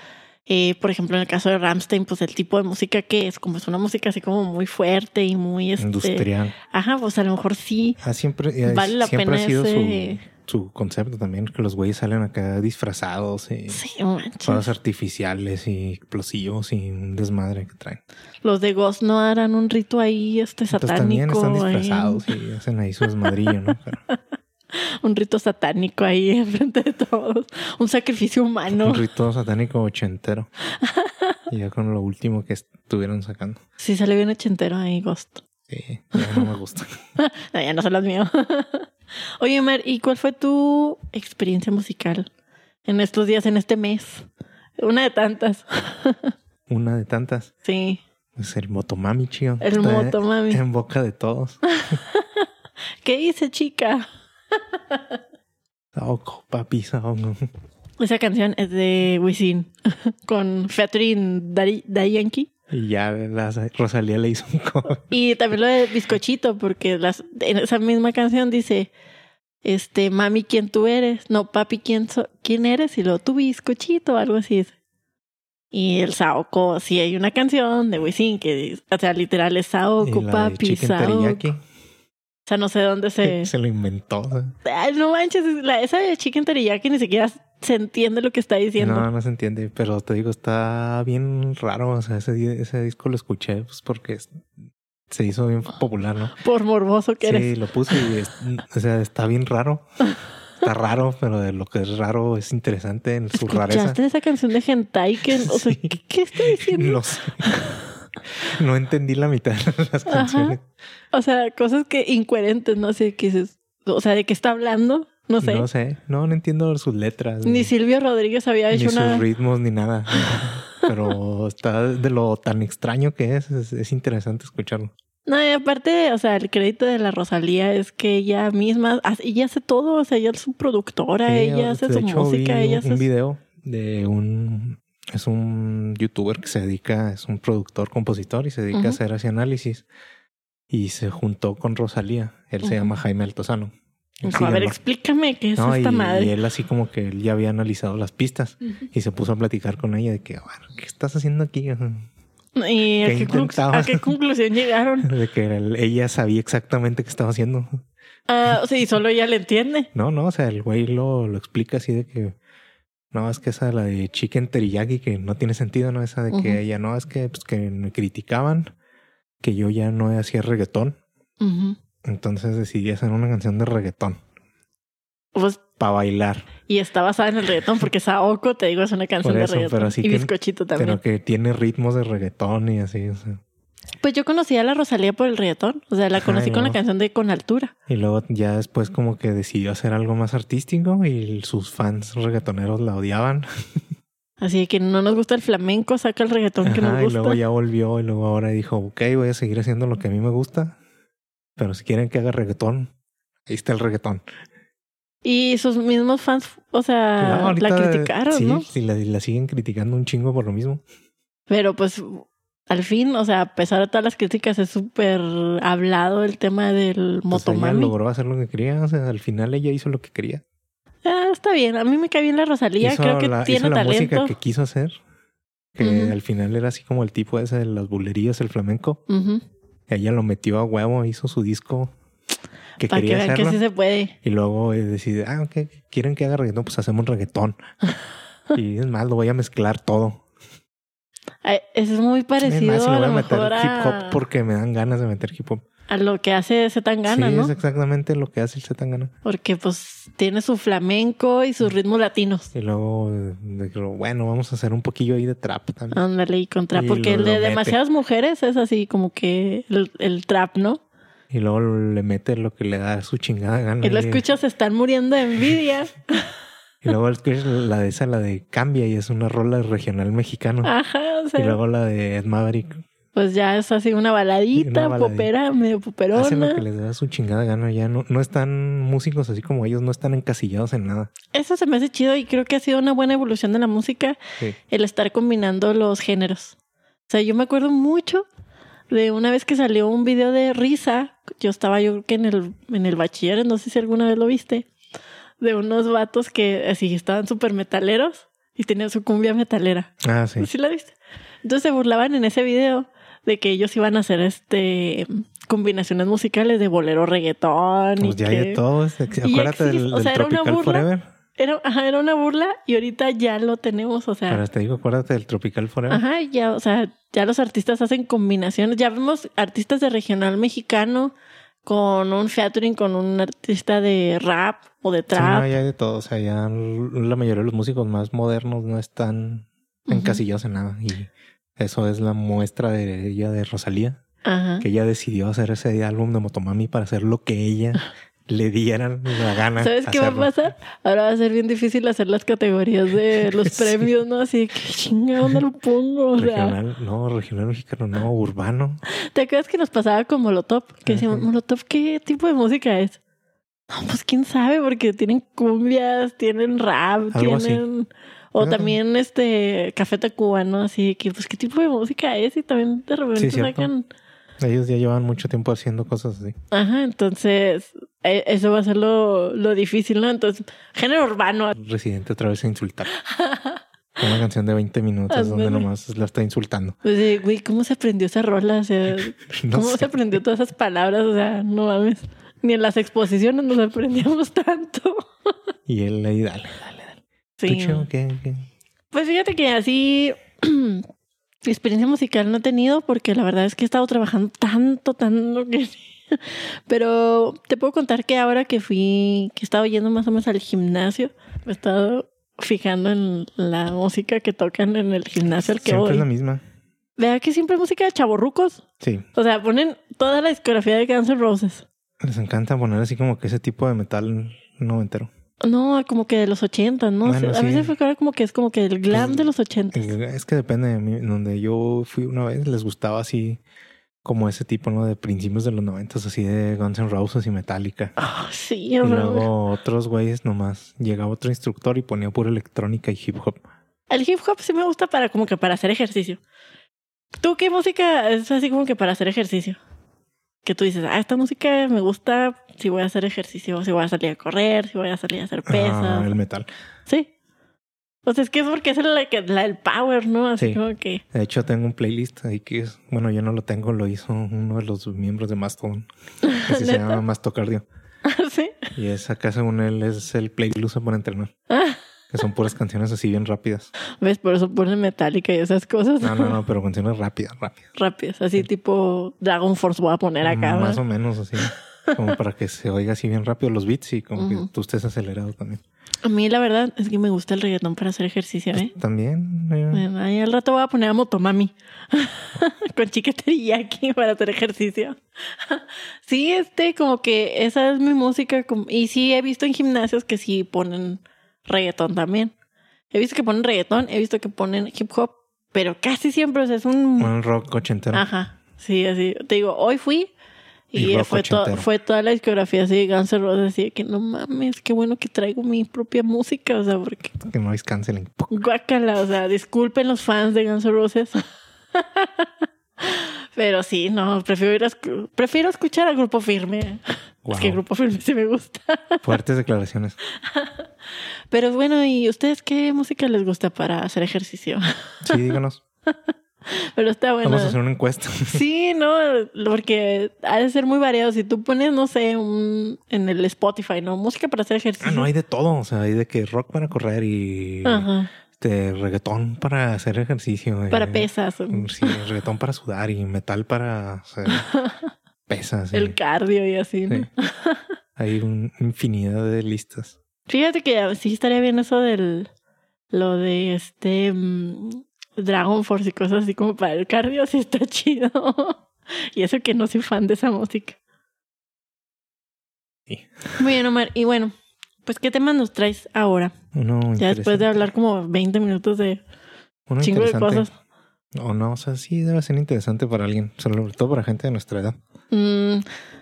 Speaker 1: Eh, por ejemplo, en el caso de Ramstein, pues el tipo de música que es, como es una música así como muy fuerte y muy... Este,
Speaker 2: Industrial.
Speaker 1: Ajá, pues a lo mejor sí.
Speaker 2: Ah, siempre eh,
Speaker 1: Vale la
Speaker 2: siempre
Speaker 1: pena
Speaker 2: ha sido
Speaker 1: ese-
Speaker 2: su, su concepto también, que los güeyes salen acá disfrazados y
Speaker 1: Sí, no manches.
Speaker 2: fuegos artificiales y explosivos y un desmadre que traen.
Speaker 1: Los de Ghost no harán un rito ahí este
Speaker 2: Pues
Speaker 1: satánico.
Speaker 2: también están
Speaker 1: ahí, Ah,
Speaker 2: disfrazados y hacen ahí su desmadrillo, ¿no? Pero
Speaker 1: un rito satánico ahí enfrente de todos. Un sacrificio humano.
Speaker 2: Un rito satánico ochentero. Y ya con lo último que estuvieron sacando.
Speaker 1: Sí, sale bien ochentero ahí, Ghost.
Speaker 2: Sí, ya no me gusta.
Speaker 1: No, ya no son las mías. Oye, Mar, ¿y cuál fue tu experiencia musical en estos días, en este mes? Una de tantas.
Speaker 2: Una de tantas.
Speaker 1: Sí,
Speaker 2: Es el motomami, chido.
Speaker 1: el
Speaker 2: Está
Speaker 1: moto, mami.
Speaker 2: En boca de todos.
Speaker 1: ¿Qué hice, chica?
Speaker 2: Saoko, papi, saoko.
Speaker 1: Esa canción es de Wisin con featuring Daddy Daddy Yankee.
Speaker 2: Y ya la Rosalía le hizo un cover.
Speaker 1: Y también lo de bizcochito, porque las, en esa misma canción dice, este, mami, ¿quién tú eres? No, papi, ¿quién, so- ¿quién eres? Y luego tu bizcochito, o algo así. dice. Y el Saoko, sí hay una canción de Wisin que, dice- o sea, literal es
Speaker 2: y
Speaker 1: Saoko,
Speaker 2: la de
Speaker 1: papi,
Speaker 2: Chicken
Speaker 1: Saoko.
Speaker 2: Teriyaki.
Speaker 1: O sea, no sé dónde se...
Speaker 2: Se lo inventó. o sea.
Speaker 1: Ay, no manches, la, esa de Chicken Teriyaki ni siquiera se entiende lo que está diciendo.
Speaker 2: No, no se entiende, pero te digo, está bien raro. O sea, ese, di- ese disco lo escuché pues, porque es- se hizo bien popular, ¿no?
Speaker 1: Por morboso que eres.
Speaker 2: Sí, lo puse y es- o sea, está bien raro. Está raro, pero de lo que es raro es interesante en su rareza.
Speaker 1: ¿Escuchaste esa canción de hentai que, o sea,
Speaker 2: Sí.
Speaker 1: ¿qué, qué está diciendo?
Speaker 2: No sé. No entendí la mitad de las
Speaker 1: Ajá.
Speaker 2: canciones.
Speaker 1: O sea, cosas que incoherentes, no sé qué dices. O sea, de qué está hablando, no sé.
Speaker 2: No sé. No, no entiendo sus letras.
Speaker 1: Ni Silvio Rodríguez había
Speaker 2: ni
Speaker 1: hecho
Speaker 2: sus
Speaker 1: una.
Speaker 2: ritmos, ni nada. Pero está de lo tan extraño que es, es, es interesante escucharlo.
Speaker 1: No, y aparte, o sea, el crédito de la Rosalía es que ella misma, hace- ella hace todo, o sea, ella es su productora,
Speaker 2: Sí,
Speaker 1: Ah, ella hace
Speaker 2: de
Speaker 1: su
Speaker 2: hecho, vi
Speaker 1: música, ella
Speaker 2: un,
Speaker 1: hace
Speaker 2: un
Speaker 1: su-
Speaker 2: video de un es un youtuber que se dedica, es un productor, compositor y se dedica
Speaker 1: Ujú.
Speaker 2: a hacer así análisis. Y se juntó con Rosalía. Él se
Speaker 1: Ujú.
Speaker 2: llama Jaime Altozano.
Speaker 1: Dijo, a ver,
Speaker 2: Síganlo.
Speaker 1: explícame qué es
Speaker 2: No,
Speaker 1: esta
Speaker 2: y, y
Speaker 1: madre.
Speaker 2: él así como que él ya había analizado las pistas
Speaker 1: Ujú.
Speaker 2: y se puso a platicar con ella de que, "A ver, ¿qué estás haciendo aquí? O sea,
Speaker 1: ¿Y a
Speaker 2: ¿qué
Speaker 1: qué, conclu-
Speaker 2: intentaba?
Speaker 1: a qué conclusión llegaron?
Speaker 2: De que él- ella sabía exactamente qué estaba haciendo.
Speaker 1: Ah, o sea, y solo ella le entiende.
Speaker 2: No, no, o sea, el güey lo, lo explica así de que, no, es que esa la de chicken teriyaki que no tiene sentido, ¿no? Esa de que
Speaker 1: Ujú.
Speaker 2: ella, no, es que, pues, que me criticaban que yo ya no hacía reggaetón.
Speaker 1: Ujú.
Speaker 2: Entonces decidí hacer una canción de reggaetón
Speaker 1: Pues,
Speaker 2: para bailar.
Speaker 1: y está basada en el reggaetón, porque Saoko, te digo, es una canción
Speaker 2: Por eso,
Speaker 1: de reggaetón.
Speaker 2: pero así
Speaker 1: y
Speaker 2: que-
Speaker 1: bizcochito también.
Speaker 2: Pero que tiene ritmos de reggaetón y así, o sea.
Speaker 1: Pues yo conocí a la Rosalía por el reggaetón. O sea, la conocí
Speaker 2: Ay,
Speaker 1: con la
Speaker 2: no.
Speaker 1: canción de Con Altura.
Speaker 2: Y luego ya después como que decidió hacer algo más artístico y sus fans reggaetoneros la odiaban.
Speaker 1: Así de que no nos gusta el flamenco, saca el reggaetón que nos
Speaker 2: Ajá, y
Speaker 1: gusta.
Speaker 2: luego ya volvió y luego ahora dijo, ok, voy a seguir haciendo lo que a mí me gusta, pero si quieren que haga reggaetón, ahí está el reggaetón.
Speaker 1: Y sus mismos fans, o
Speaker 2: No,
Speaker 1: sea,
Speaker 2: ahorita-
Speaker 1: Ah, la criticaron,
Speaker 2: sí,
Speaker 1: ¿no?
Speaker 2: sí, la, la siguen criticando un chingo por lo mismo.
Speaker 1: Pero pues al fin, o sea, a pesar de todas las críticas, es súper hablado el tema del
Speaker 2: Pues ella
Speaker 1: motomami.
Speaker 2: logró hacer lo que quería, o sea, al final ella hizo lo que quería.
Speaker 1: Ah, está bien, a mí me cae bien la Rosalía,
Speaker 2: hizo
Speaker 1: creo que
Speaker 2: la,
Speaker 1: tiene
Speaker 2: hizo la
Speaker 1: talento.
Speaker 2: música que quiso hacer, que
Speaker 1: Ujú.
Speaker 2: al final era así como el tipo ese de las bulerías, el flamenco.
Speaker 1: Ujú.
Speaker 2: Ella lo metió a huevo, hizo su disco que
Speaker 1: Para que
Speaker 2: quería
Speaker 1: vean
Speaker 2: hacerlo.
Speaker 1: que sí se puede.
Speaker 2: Y luego eh, decide, ah, ok, quieren que haga reggaetón, pues hacemos reggaetón. y es más, lo voy a mezclar todo.
Speaker 1: Ay, Es muy parecido
Speaker 2: es más,
Speaker 1: a,
Speaker 2: le
Speaker 1: lo
Speaker 2: voy a meter
Speaker 1: mejor
Speaker 2: hip hop
Speaker 1: a,
Speaker 2: porque me dan ganas de meter hip hop.
Speaker 1: a lo que hace Zetangana,
Speaker 2: sí,
Speaker 1: ¿no?
Speaker 2: es exactamente lo que hace el Zetangana.
Speaker 1: Porque pues tiene su flamenco y
Speaker 2: Mm.
Speaker 1: sus ritmos latinos.
Speaker 2: Y luego, eh, digo, bueno, vamos a hacer un poquillo ahí de trap también.
Speaker 1: Ándale y con trap,
Speaker 2: Y
Speaker 1: porque
Speaker 2: lo-
Speaker 1: el de
Speaker 2: lo mete.
Speaker 1: demasiadas mujeres es así como que el, el trap, ¿no?
Speaker 2: Y luego le mete lo que le da su chingada gana.
Speaker 1: Y lo
Speaker 2: Y-
Speaker 1: escuchas, se están muriendo de envidia.
Speaker 2: Y luego escuchas la de esa, la de Cambia, y es una rola regional mexicano.
Speaker 1: Ajá, o
Speaker 2: Y
Speaker 1: sea,
Speaker 2: luego la de Ed Maverick.
Speaker 1: pues ya es así una baladita,
Speaker 2: Una baladita.
Speaker 1: popera, medio
Speaker 2: Hacen lo
Speaker 1: poperona.
Speaker 2: que les da su chingada gana. Ya no, no están músicos así como ellos, no están encasillados en nada.
Speaker 1: Eso se me hace chido y creo que ha sido una buena evolución de la música
Speaker 2: Sí.
Speaker 1: el estar combinando los géneros. O sea, yo me acuerdo mucho de una vez que salió un video de Risa, yo estaba yo creo que en el, en el bachiller, no sé si alguna vez lo viste, de unos vatos que así estaban súper metaleros y tenían su cumbia metalera.
Speaker 2: Ah, sí.
Speaker 1: ¿Sí, la viste? Entonces se burlaban en ese video de que ellos iban a hacer este combinaciones musicales de bolero reggaetón y
Speaker 2: Pues ya hay
Speaker 1: que-
Speaker 2: de todo. este- Acuérdate
Speaker 1: existe,
Speaker 2: del,
Speaker 1: o
Speaker 2: del
Speaker 1: sea, era una
Speaker 2: Tropical
Speaker 1: burla.
Speaker 2: Forever.
Speaker 1: Era, ajá, era una burla y ahorita ya lo tenemos, o sea,
Speaker 2: Ahora te digo, acuérdate del Tropical Forever.
Speaker 1: Ah. ajá, ya, o sea, ya los artistas hacen combinaciones, ya vemos artistas de regional mexicano con un featuring con un artista de rap o de
Speaker 2: Sí,
Speaker 1: trap.
Speaker 2: no, ya hay de todo. O sea, ya la mayoría de los músicos más modernos no están
Speaker 1: Ujú.
Speaker 2: encasillados en nada. Y eso es la muestra de ella, de Rosalía.
Speaker 1: Ajá.
Speaker 2: que ella decidió hacer ese álbum de Motomami para hacer lo que ella le dieran la gana.
Speaker 1: Ah. ¿Sabes qué va a
Speaker 2: hacerlo.
Speaker 1: pasar? Ahora va a ser bien difícil hacer las categorías de los
Speaker 2: Sí.
Speaker 1: premios, ¿no? Así que chinga, ¿dónde lo pongo? O sea,
Speaker 2: Regional, no, regional mexicano, no, urbano.
Speaker 1: ¿Te acuerdas que nos pasaba con Molotov? Que decíamos,
Speaker 2: Ajá.
Speaker 1: Molotov, ¿qué tipo de música es? No, pues quién sabe, porque tienen cumbias, tienen rap,
Speaker 2: Algo así.
Speaker 1: tienen. O
Speaker 2: Ah.
Speaker 1: también este Café Tacubano, así de que, pues, ¿qué tipo de música es? Y también de repente
Speaker 2: Sí, cierto.
Speaker 1: sacan.
Speaker 2: Ellos ya llevan mucho tiempo haciendo cosas así.
Speaker 1: Ajá, entonces, e- eso va a ser lo, lo difícil, ¿no? Entonces, género urbano.
Speaker 2: Residente otra vez a insultar. Una canción de 20
Speaker 1: Ah,
Speaker 2: minutos donde
Speaker 1: Ándale.
Speaker 2: nomás la está insultando.
Speaker 1: Pues, de, güey, ¿cómo se aprendió esa rola? O sea,
Speaker 2: No
Speaker 1: ¿cómo
Speaker 2: sé.
Speaker 1: se aprendió todas esas palabras? O sea, no mames. Ni en las exposiciones nos aprendíamos tanto.
Speaker 2: Y él ahí, dale, dale, dale. ¿Tú,
Speaker 1: Sí.
Speaker 2: Chio, qué- qué?
Speaker 1: Pues fíjate que así experiencia musical no he tenido porque la verdad es que he estado trabajando tanto, tanto que... Pero te puedo contar que ahora que fui, que he estado yendo más o menos al gimnasio, me he estado fijando en la música que tocan en el gimnasio al que
Speaker 2: Siempre es la
Speaker 1: voy.
Speaker 2: misma.
Speaker 1: Vea que siempre es música de chavorrucos.
Speaker 2: Sí.
Speaker 1: O sea, ponen toda la discografía de Guns N' Roses.
Speaker 2: Les encanta poner así como que ese tipo de metal noventero.
Speaker 1: No, como que de los 80, ¿no?
Speaker 2: Bueno,
Speaker 1: a mí
Speaker 2: sí.
Speaker 1: se fue como que es como que el glam
Speaker 2: Pues,
Speaker 1: de los 80.
Speaker 2: Es que depende de mí. Donde yo fui una vez, les gustaba así como ese tipo, ¿no? De principios de los noventas, así de Guns N' Roses y Metallica.
Speaker 1: Ah, sí,
Speaker 2: Y
Speaker 1: horror.
Speaker 2: luego otros güeyes nomás. Llegaba otro instructor y ponía pura electrónica y hip hop. Ah,
Speaker 1: El hip hop sí me gusta para como que para hacer ejercicio. ¿Tú qué música es así como que para hacer ejercicio? Que tú dices, ah, esta música me gusta si voy a hacer ejercicio, si voy a salir a correr, si voy a salir a hacer
Speaker 2: Ah,
Speaker 1: pesas.
Speaker 2: el metal.
Speaker 1: Sí. O sea, es que es porque es la, que- la del power, ¿no? Así
Speaker 2: Sí.
Speaker 1: como que.
Speaker 2: De hecho, tengo un playlist ahí que es. Bueno, yo no lo tengo, lo hizo uno de los miembros de Mastodon. Así se
Speaker 1: ¿Neta?
Speaker 2: llama Mastocardio.
Speaker 1: sí.
Speaker 2: Y es acá, según él, es el playlist que usa para entrenar.
Speaker 1: Ah,
Speaker 2: Que son puras canciones así bien rápidas.
Speaker 1: ¿Ves? Por eso ponen metálica y esas cosas.
Speaker 2: No, no, no, pero canciones rápidas, rápidas.
Speaker 1: Rápidas. Así tipo Dragon Force voy a poner acá. ¿verdad?
Speaker 2: Mm, Más o menos así. Como para que se oiga así bien rápido los beats y como
Speaker 1: Ujú.
Speaker 2: que tú estés acelerado también.
Speaker 1: A mí la verdad es que me gusta el reggaetón para hacer ejercicio, ¿eh?
Speaker 2: Pues, También. eh,
Speaker 1: Bueno, ahí al rato voy a poner a Motomami con chica teriyaki para hacer ejercicio. sí, este, como que esa es mi música. como- Y sí, he visto en gimnasios que sí ponen reggaetón también. He visto que ponen reggaetón, he visto que ponen hip hop, pero casi siempre o sea, es un.
Speaker 2: un rock ochentero.
Speaker 1: Ajá, sí, así. Te digo, hoy fui y,
Speaker 2: Y rock
Speaker 1: fue, to-
Speaker 2: ochentero.
Speaker 1: fue toda la discografía así de Guns N' Roses, así de que no mames, qué bueno que traigo mi propia música, o sea, porque
Speaker 2: Que no es canceling.
Speaker 1: Guácala, o sea, disculpen los fans de Guns N' Roses. Pero sí, no, prefiero ir a escu- prefiero escuchar a Grupo Firme. Es
Speaker 2: Guau.
Speaker 1: que Grupo Firme sí me gusta.
Speaker 2: Fuertes declaraciones.
Speaker 1: Pero bueno, ¿y ustedes qué música les gusta para hacer ejercicio?
Speaker 2: Sí, díganos.
Speaker 1: Pero está bueno.
Speaker 2: Vamos a hacer una encuesta.
Speaker 1: Sí, no, porque ha de ser muy variado. Si tú pones, no sé, un- en el Spotify, ¿no? Música para hacer ejercicio.
Speaker 2: Ah, no, hay de todo. O sea, hay de que rock para correr y
Speaker 1: Ajá.
Speaker 2: este, reggaetón para hacer ejercicio. eh,
Speaker 1: Para pesas,
Speaker 2: Sí, reggaetón para sudar y metal para hacer pesas. y-
Speaker 1: el cardio y así, ¿no?
Speaker 2: sí. Hay un- infinidad de listas.
Speaker 1: Fíjate que ah, sí estaría bien eso del lo de este mm, Dragon Force y cosas así como para el cardio, sí está chido. y eso que no soy fan de esa música.
Speaker 2: Sí.
Speaker 1: Muy bien, Omar. Y bueno, pues ¿qué temas nos traes ahora?
Speaker 2: Uno
Speaker 1: Ya después de
Speaker 2: interesante.
Speaker 1: hablar como 20 minutos de
Speaker 2: Uno
Speaker 1: chingo de
Speaker 2: interesante.
Speaker 1: cosas.
Speaker 2: O no, o sea, sí debe ser interesante para alguien, sobre todo para gente de nuestra edad.
Speaker 1: Mm,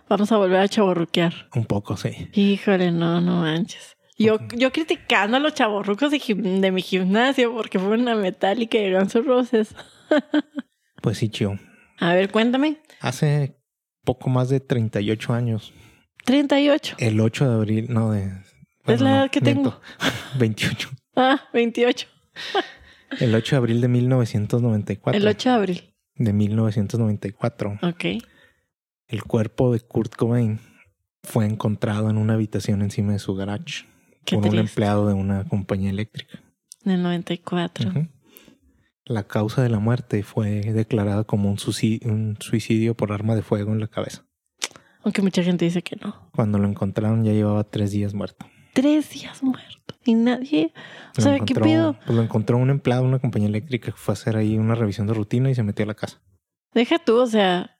Speaker 1: vamos a volver a chaborruquear.
Speaker 2: Un poco, sí.
Speaker 1: Híjole, no, no manches. Yo,
Speaker 2: Ujú.
Speaker 1: yo criticando a los chaborrucos de, gim- de mi gimnasio porque fue una metálica de Guns N' Roses.
Speaker 2: Pues sí, chido.
Speaker 1: A ver, cuéntame.
Speaker 2: Hace poco más de 38 años,
Speaker 1: 38.
Speaker 2: el 8 de abril, no, de...
Speaker 1: Es la
Speaker 2: no,
Speaker 1: edad que
Speaker 2: miento. 28.
Speaker 1: Ah, 28.
Speaker 2: El 8 de abril de 1994.
Speaker 1: El 8 de abril.
Speaker 2: De 1994.
Speaker 1: Ok.
Speaker 2: El cuerpo de Kurt Cobain fue encontrado en una habitación encima de su garage
Speaker 1: Qué
Speaker 2: por un
Speaker 1: triste.
Speaker 2: empleado de una compañía eléctrica.
Speaker 1: Del 94.
Speaker 2: Ujú. La causa de la muerte fue declarada como un suci- un suicidio por arma de fuego en la cabeza.
Speaker 1: Aunque mucha gente dice que no.
Speaker 2: Cuando lo encontraron ya llevaba tres días muerto.
Speaker 1: Tres días muerto. Y nadie. O
Speaker 2: Lo
Speaker 1: sea, ¿qué
Speaker 2: encontró-
Speaker 1: pedo?
Speaker 2: Pues lo encontró un empleado de una compañía eléctrica que fue a hacer ahí una revisión de rutina y se metió a la casa.
Speaker 1: Deja tú, o sea,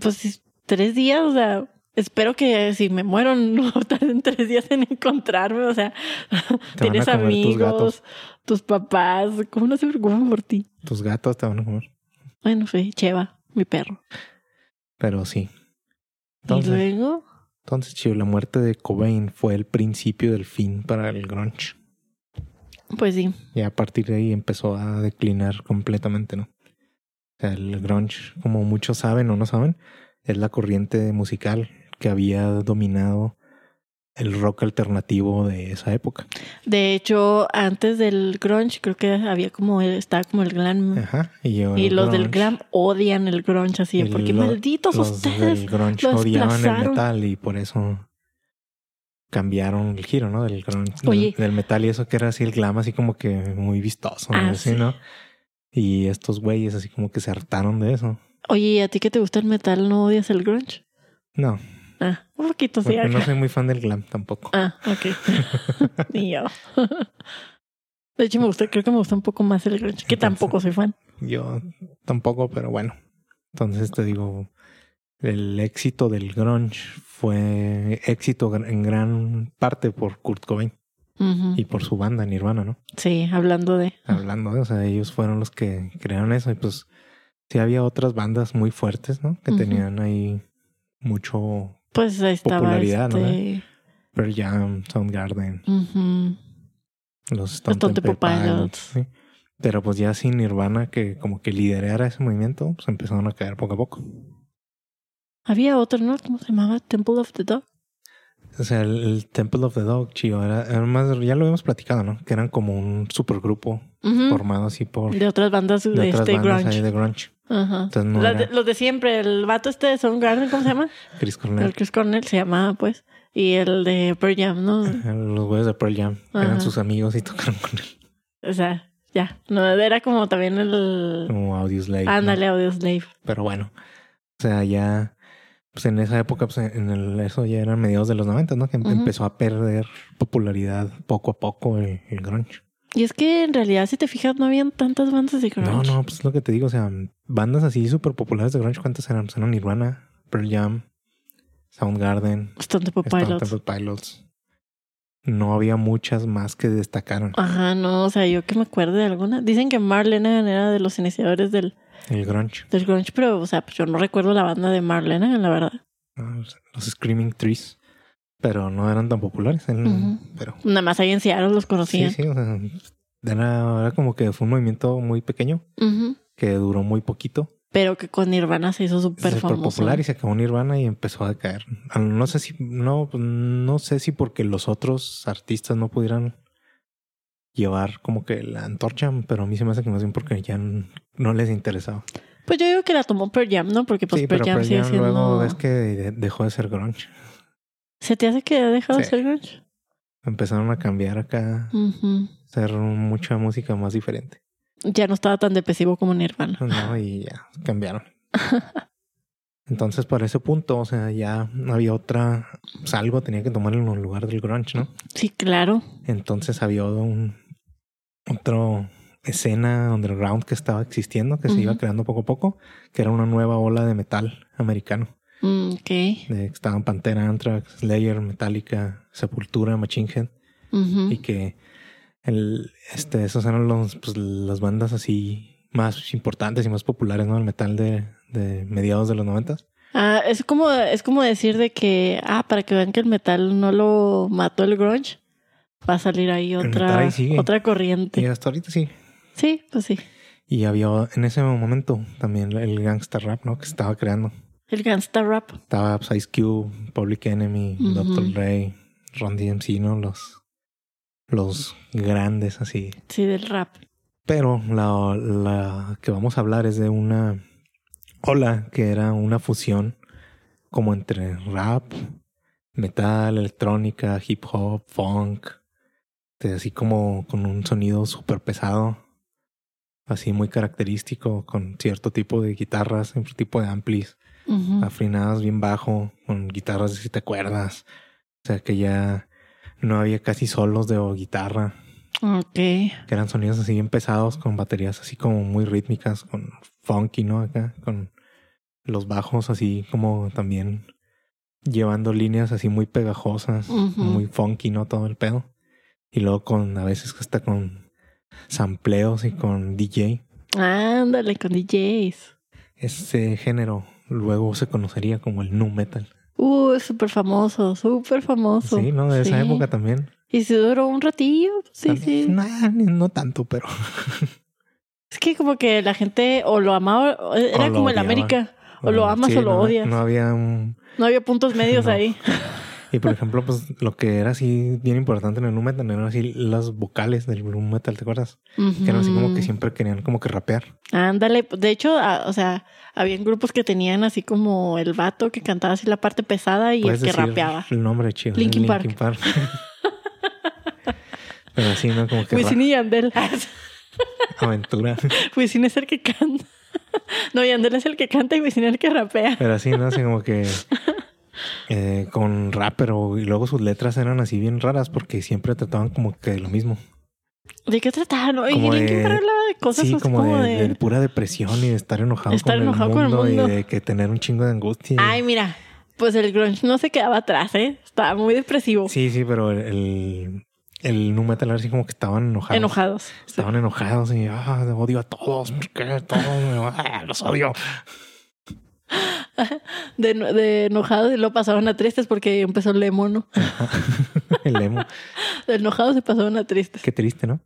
Speaker 1: pues si- tres días, o sea, espero que si me muero no tarden tres días en encontrarme, o sea,
Speaker 2: Te van a
Speaker 1: tienes
Speaker 2: comer tus gatos.
Speaker 1: amigos, tus papás, ¿cómo no se preocupan por ti?
Speaker 2: Tus gatos te van a comer.
Speaker 1: Bueno, fue Cheva, mi perro.
Speaker 2: Pero sí.
Speaker 1: y
Speaker 2: Entonces,
Speaker 1: luego,
Speaker 2: entonces chido, la muerte de Cobain fue el principio del fin para el grunge.
Speaker 1: pues sí,
Speaker 2: Y a partir de ahí empezó a declinar completamente, ¿no? O sea, el grunge, como muchos saben o no saben, es la corriente musical que había dominado el rock alternativo de esa época.
Speaker 1: De hecho, antes del grunge creo que había como el- estaba como el glam
Speaker 2: Ajá. Y, llegó
Speaker 1: y
Speaker 2: Eh, el
Speaker 1: los del
Speaker 2: grunge.
Speaker 1: glam odian el grunge así,
Speaker 2: El
Speaker 1: porque
Speaker 2: lo-
Speaker 1: malditos
Speaker 2: Los
Speaker 1: ustedes.
Speaker 2: del grunge
Speaker 1: lo
Speaker 2: odiaban el
Speaker 1: desplazaron.
Speaker 2: metal y por eso cambiaron el giro, ¿no? Del, grunge- del-
Speaker 1: Oye.
Speaker 2: del metal y eso que era así el glam, así como que muy vistoso, ¿no?
Speaker 1: Ah,
Speaker 2: Así,
Speaker 1: sí.
Speaker 2: ¿no? Y estos güeyes así como que se hartaron de eso.
Speaker 1: Oye, ¿y a ti que te gusta el metal no odias el grunge?
Speaker 2: No,
Speaker 1: Ah, un poquito sí.
Speaker 2: porque no
Speaker 1: acá.
Speaker 2: soy muy fan del glam tampoco.
Speaker 1: Ah, ok. Ni yo. De hecho, me gusta, creo que me gusta un poco más el grunge, que tampoco soy fan.
Speaker 2: Yo tampoco, pero bueno. Entonces te digo, el éxito del grunge fue éxito gr- en gran parte por Kurt Cobain
Speaker 1: Ujú.
Speaker 2: y Ah, por su banda Nirvana, ¿no?
Speaker 1: Sí, hablando de.
Speaker 2: Hablando, de- o sea, ellos fueron los que crearon eso y pues sí había otras bandas muy fuertes, ¿no? Que
Speaker 1: Ujú.
Speaker 2: tenían ahí mucho
Speaker 1: Pues ahí estaba
Speaker 2: Popularidad, ¿no?
Speaker 1: este.
Speaker 2: Pearl Jam, Soundgarden,
Speaker 1: ujú.
Speaker 2: los Stone,
Speaker 1: Stone
Speaker 2: Temple
Speaker 1: Temple
Speaker 2: Pilots,
Speaker 1: Pilots.
Speaker 2: ¿sí? Pero pues ya sin Nirvana que como que liderara ese movimiento, pues empezaron a caer poco a poco.
Speaker 1: Había otro, ¿no? ¿Cómo se llamaba? Temple of the Dog.
Speaker 2: O sea, el, el Temple of the Dog, chido, era, era más, ya lo habíamos platicado, ¿no? Que eran como un supergrupo
Speaker 1: Ujú.
Speaker 2: formado así por
Speaker 1: Mm. De otras bandas de,
Speaker 2: de otras
Speaker 1: este
Speaker 2: bandas ahí
Speaker 1: grunge.
Speaker 2: de grunge.
Speaker 1: Ajá.
Speaker 2: Entonces no
Speaker 1: La
Speaker 2: era
Speaker 1: de- los de siempre, el vato este de Soundgarden, ¿cómo se llama?
Speaker 2: Chris
Speaker 1: El
Speaker 2: Cornell.
Speaker 1: Chris Cornell se llamaba, pues. Y el de Pearl Jam, ¿no?
Speaker 2: Ajá, eh, Los güeyes de Pearl Jam
Speaker 1: Ajá.
Speaker 2: eran sus amigos y tocaron con él
Speaker 1: O sea, ya. No, era como también el.
Speaker 2: como Audioslave. ¿no?
Speaker 1: Ándale, Audio Slave.
Speaker 2: Pero bueno, o sea, ya pues en esa época, pues en el, eso ya eran mediados de los 90, ¿no? Que em,
Speaker 1: Ujú.
Speaker 2: empezó a perder popularidad poco a poco el, el grunge.
Speaker 1: Y es que en realidad, si te fijas, no habían tantas bandas de grunge.
Speaker 2: No, no, pues es lo que te digo, o sea, bandas así súper populares de grunge, ¿cuántas eran? Pues eran Nirvana, Pearl Jam, Soundgarden,
Speaker 1: Bastante Pop
Speaker 2: Stone
Speaker 1: Pilots.
Speaker 2: Temple Pilots. No había muchas más que destacaron.
Speaker 1: Ajá, no, o sea, yo que me acuerde de alguna. Dicen que Marlene era de los iniciadores del,
Speaker 2: El grunge,
Speaker 1: del grunge, pero, o sea, pues yo no recuerdo la banda de Marlene, la verdad.
Speaker 2: ¿no? los Screaming Trees, pero no eran tan populares. eran-
Speaker 1: Ujú.
Speaker 2: Pero
Speaker 1: Nada más ahí en Seattle los
Speaker 2: sí,
Speaker 1: conocían.
Speaker 2: sí, o sea, era, era como que fue un movimiento muy pequeño
Speaker 1: Ujú.
Speaker 2: que duró muy poquito.
Speaker 1: Pero que con Nirvana se hizo súper
Speaker 2: Súper
Speaker 1: famoso.
Speaker 2: popular y se acabó Nirvana y empezó a caer. Ah, No sé si, no, no sé si porque los otros artistas no pudieran llevar como que la antorcha, pero a mí se me hace que más bien porque ya n- no les interesaba.
Speaker 1: Pues yo digo que la tomó Pearl Jam, ¿no? Porque pues
Speaker 2: sí,
Speaker 1: Pearl
Speaker 2: pero
Speaker 1: Jam
Speaker 2: Pearl
Speaker 1: sigue
Speaker 2: Jam
Speaker 1: siendo...
Speaker 2: luego es que de- dejó de ser grunge.
Speaker 1: ¿Se te hace que ha dejado de
Speaker 2: Sí.
Speaker 1: ser grunge?
Speaker 2: Empezaron a cambiar acá,
Speaker 1: Ujú.
Speaker 2: a hacer mucha música más diferente.
Speaker 1: Ya no estaba tan depresivo como Nirvana.
Speaker 2: Pues No, y ya cambiaron. Entonces, para ese punto, o sea, ya había otra, pues, algo tenía que tomar en lugar del grunge, ¿no?
Speaker 1: Sí, claro.
Speaker 2: Entonces había un otro escena underground que estaba existiendo, que se iba
Speaker 1: Ujú.
Speaker 2: creando poco a poco, que era una nueva ola de metal americano.
Speaker 1: Mm, ok.
Speaker 2: De, que estaban Pantera, Anthrax, Slayer, Metallica, Sepultura, Machine Head,
Speaker 1: Ujú.
Speaker 2: y que el, este, esos eran los, pues, las bandas así más importantes y más populares, ¿no? El metal de, de mediados de los noventas.
Speaker 1: Ah, es como, es como decir de que, ah, para que vean que el metal no lo mató el grunge, va a salir ahí
Speaker 2: El
Speaker 1: otra,
Speaker 2: metal ahí sigue.
Speaker 1: otra
Speaker 2: Y
Speaker 1: corriente.
Speaker 2: hasta ahorita sí.
Speaker 1: Sí, pues sí.
Speaker 2: Y había en ese momento también el gangster rap, ¿no? Que se estaba creando.
Speaker 1: El gangsta rap.
Speaker 2: Estaba pues, Ice Cube, Public Enemy,
Speaker 1: Ujú.
Speaker 2: Dr. Ray, Ron DMC, ¿no? Los, los grandes así.
Speaker 1: Sí, del rap.
Speaker 2: Pero la, la que vamos a hablar es de una ola que era una fusión como entre rap, metal, electrónica, hip hop, funk. este, Así como con un sonido súper pesado. Así muy característico, con cierto tipo de guitarras, cierto tipo de amplis
Speaker 1: Ujú.
Speaker 2: afinadas bien bajo, con guitarras de siete cuerdas. O sea que ya no había casi solos de guitarra, Ah.
Speaker 1: Ok.
Speaker 2: que eran sonidos así bien pesados, con baterías así como muy rítmicas, con funky, ¿no? Acá, con los bajos así como también llevando líneas así muy pegajosas,
Speaker 1: Ujú.
Speaker 2: muy funky, ¿no? Todo el pedo. Y luego con, a veces hasta con sampleos y con DJ.
Speaker 1: Ándale con DJs.
Speaker 2: Ese género luego se conocería como el nu metal.
Speaker 1: Uh, es súper famoso, súper famoso.
Speaker 2: Sí, ¿no? De esa
Speaker 1: Sí.
Speaker 2: época también.
Speaker 1: Y se duró un ratillo. pues, Sí, sí.
Speaker 2: No, ni- no tanto, pero
Speaker 1: Es que como que la gente o lo amaba, o- era
Speaker 2: lo
Speaker 1: como el
Speaker 2: odiaba.
Speaker 1: América. O lo amas o lo
Speaker 2: no,
Speaker 1: odias.
Speaker 2: No había un...
Speaker 1: No había puntos medios
Speaker 2: No.
Speaker 1: ahí.
Speaker 2: Y Y por ejemplo, pues lo que era así bien importante en el nu metal eran así las vocales del nu metal, ¿te acuerdas? Que eran así como que
Speaker 1: Ujú.
Speaker 2: siempre querían como que rapear.
Speaker 1: Ándale, pues, de hecho, a- o sea, habían grupos que tenían así como el vato que cantaba así la parte pesada y el
Speaker 2: Puedes
Speaker 1: que
Speaker 2: decir
Speaker 1: rapeaba.
Speaker 2: El nombre chido.
Speaker 1: Linkin
Speaker 2: Park. Pero así, ¿no? Como que
Speaker 1: Wisin y Yandel.
Speaker 2: ra- aventura.
Speaker 1: Wisin es el que canta. No, Yandel es el que canta y Wisin es el que rapea.
Speaker 2: Pero así, ¿no? Así como que eh, con rap, pero y luego sus letras eran así bien raras porque siempre trataban como que de lo mismo.
Speaker 1: ¿De qué trataban? Oye,
Speaker 2: Como
Speaker 1: Linkin
Speaker 2: de-
Speaker 1: Park hablaba de cosas
Speaker 2: sí,
Speaker 1: así
Speaker 2: como, de, de
Speaker 1: de...
Speaker 2: pura depresión y de estar enojado,
Speaker 1: Estar
Speaker 2: con,
Speaker 1: enojado
Speaker 2: el
Speaker 1: con el
Speaker 2: mundo
Speaker 1: mundo.
Speaker 2: y de que tener un chingo de angustia.
Speaker 1: Ay, mira, pues el grunge no se quedaba atrás, ¿eh? Estaba muy depresivo.
Speaker 2: Sí, sí, pero el, el, el nu metal era así como que estaban enojados.
Speaker 1: Enojados.
Speaker 2: Estaban enojados y ah, odio a todos, ¿por qué? Todos me- ah, los odio.
Speaker 1: De, de enojados y lo pasaron a tristes porque empezó el mono.
Speaker 2: El emo.
Speaker 1: De enojados se pasaron a tristes.
Speaker 2: Qué triste, ¿no?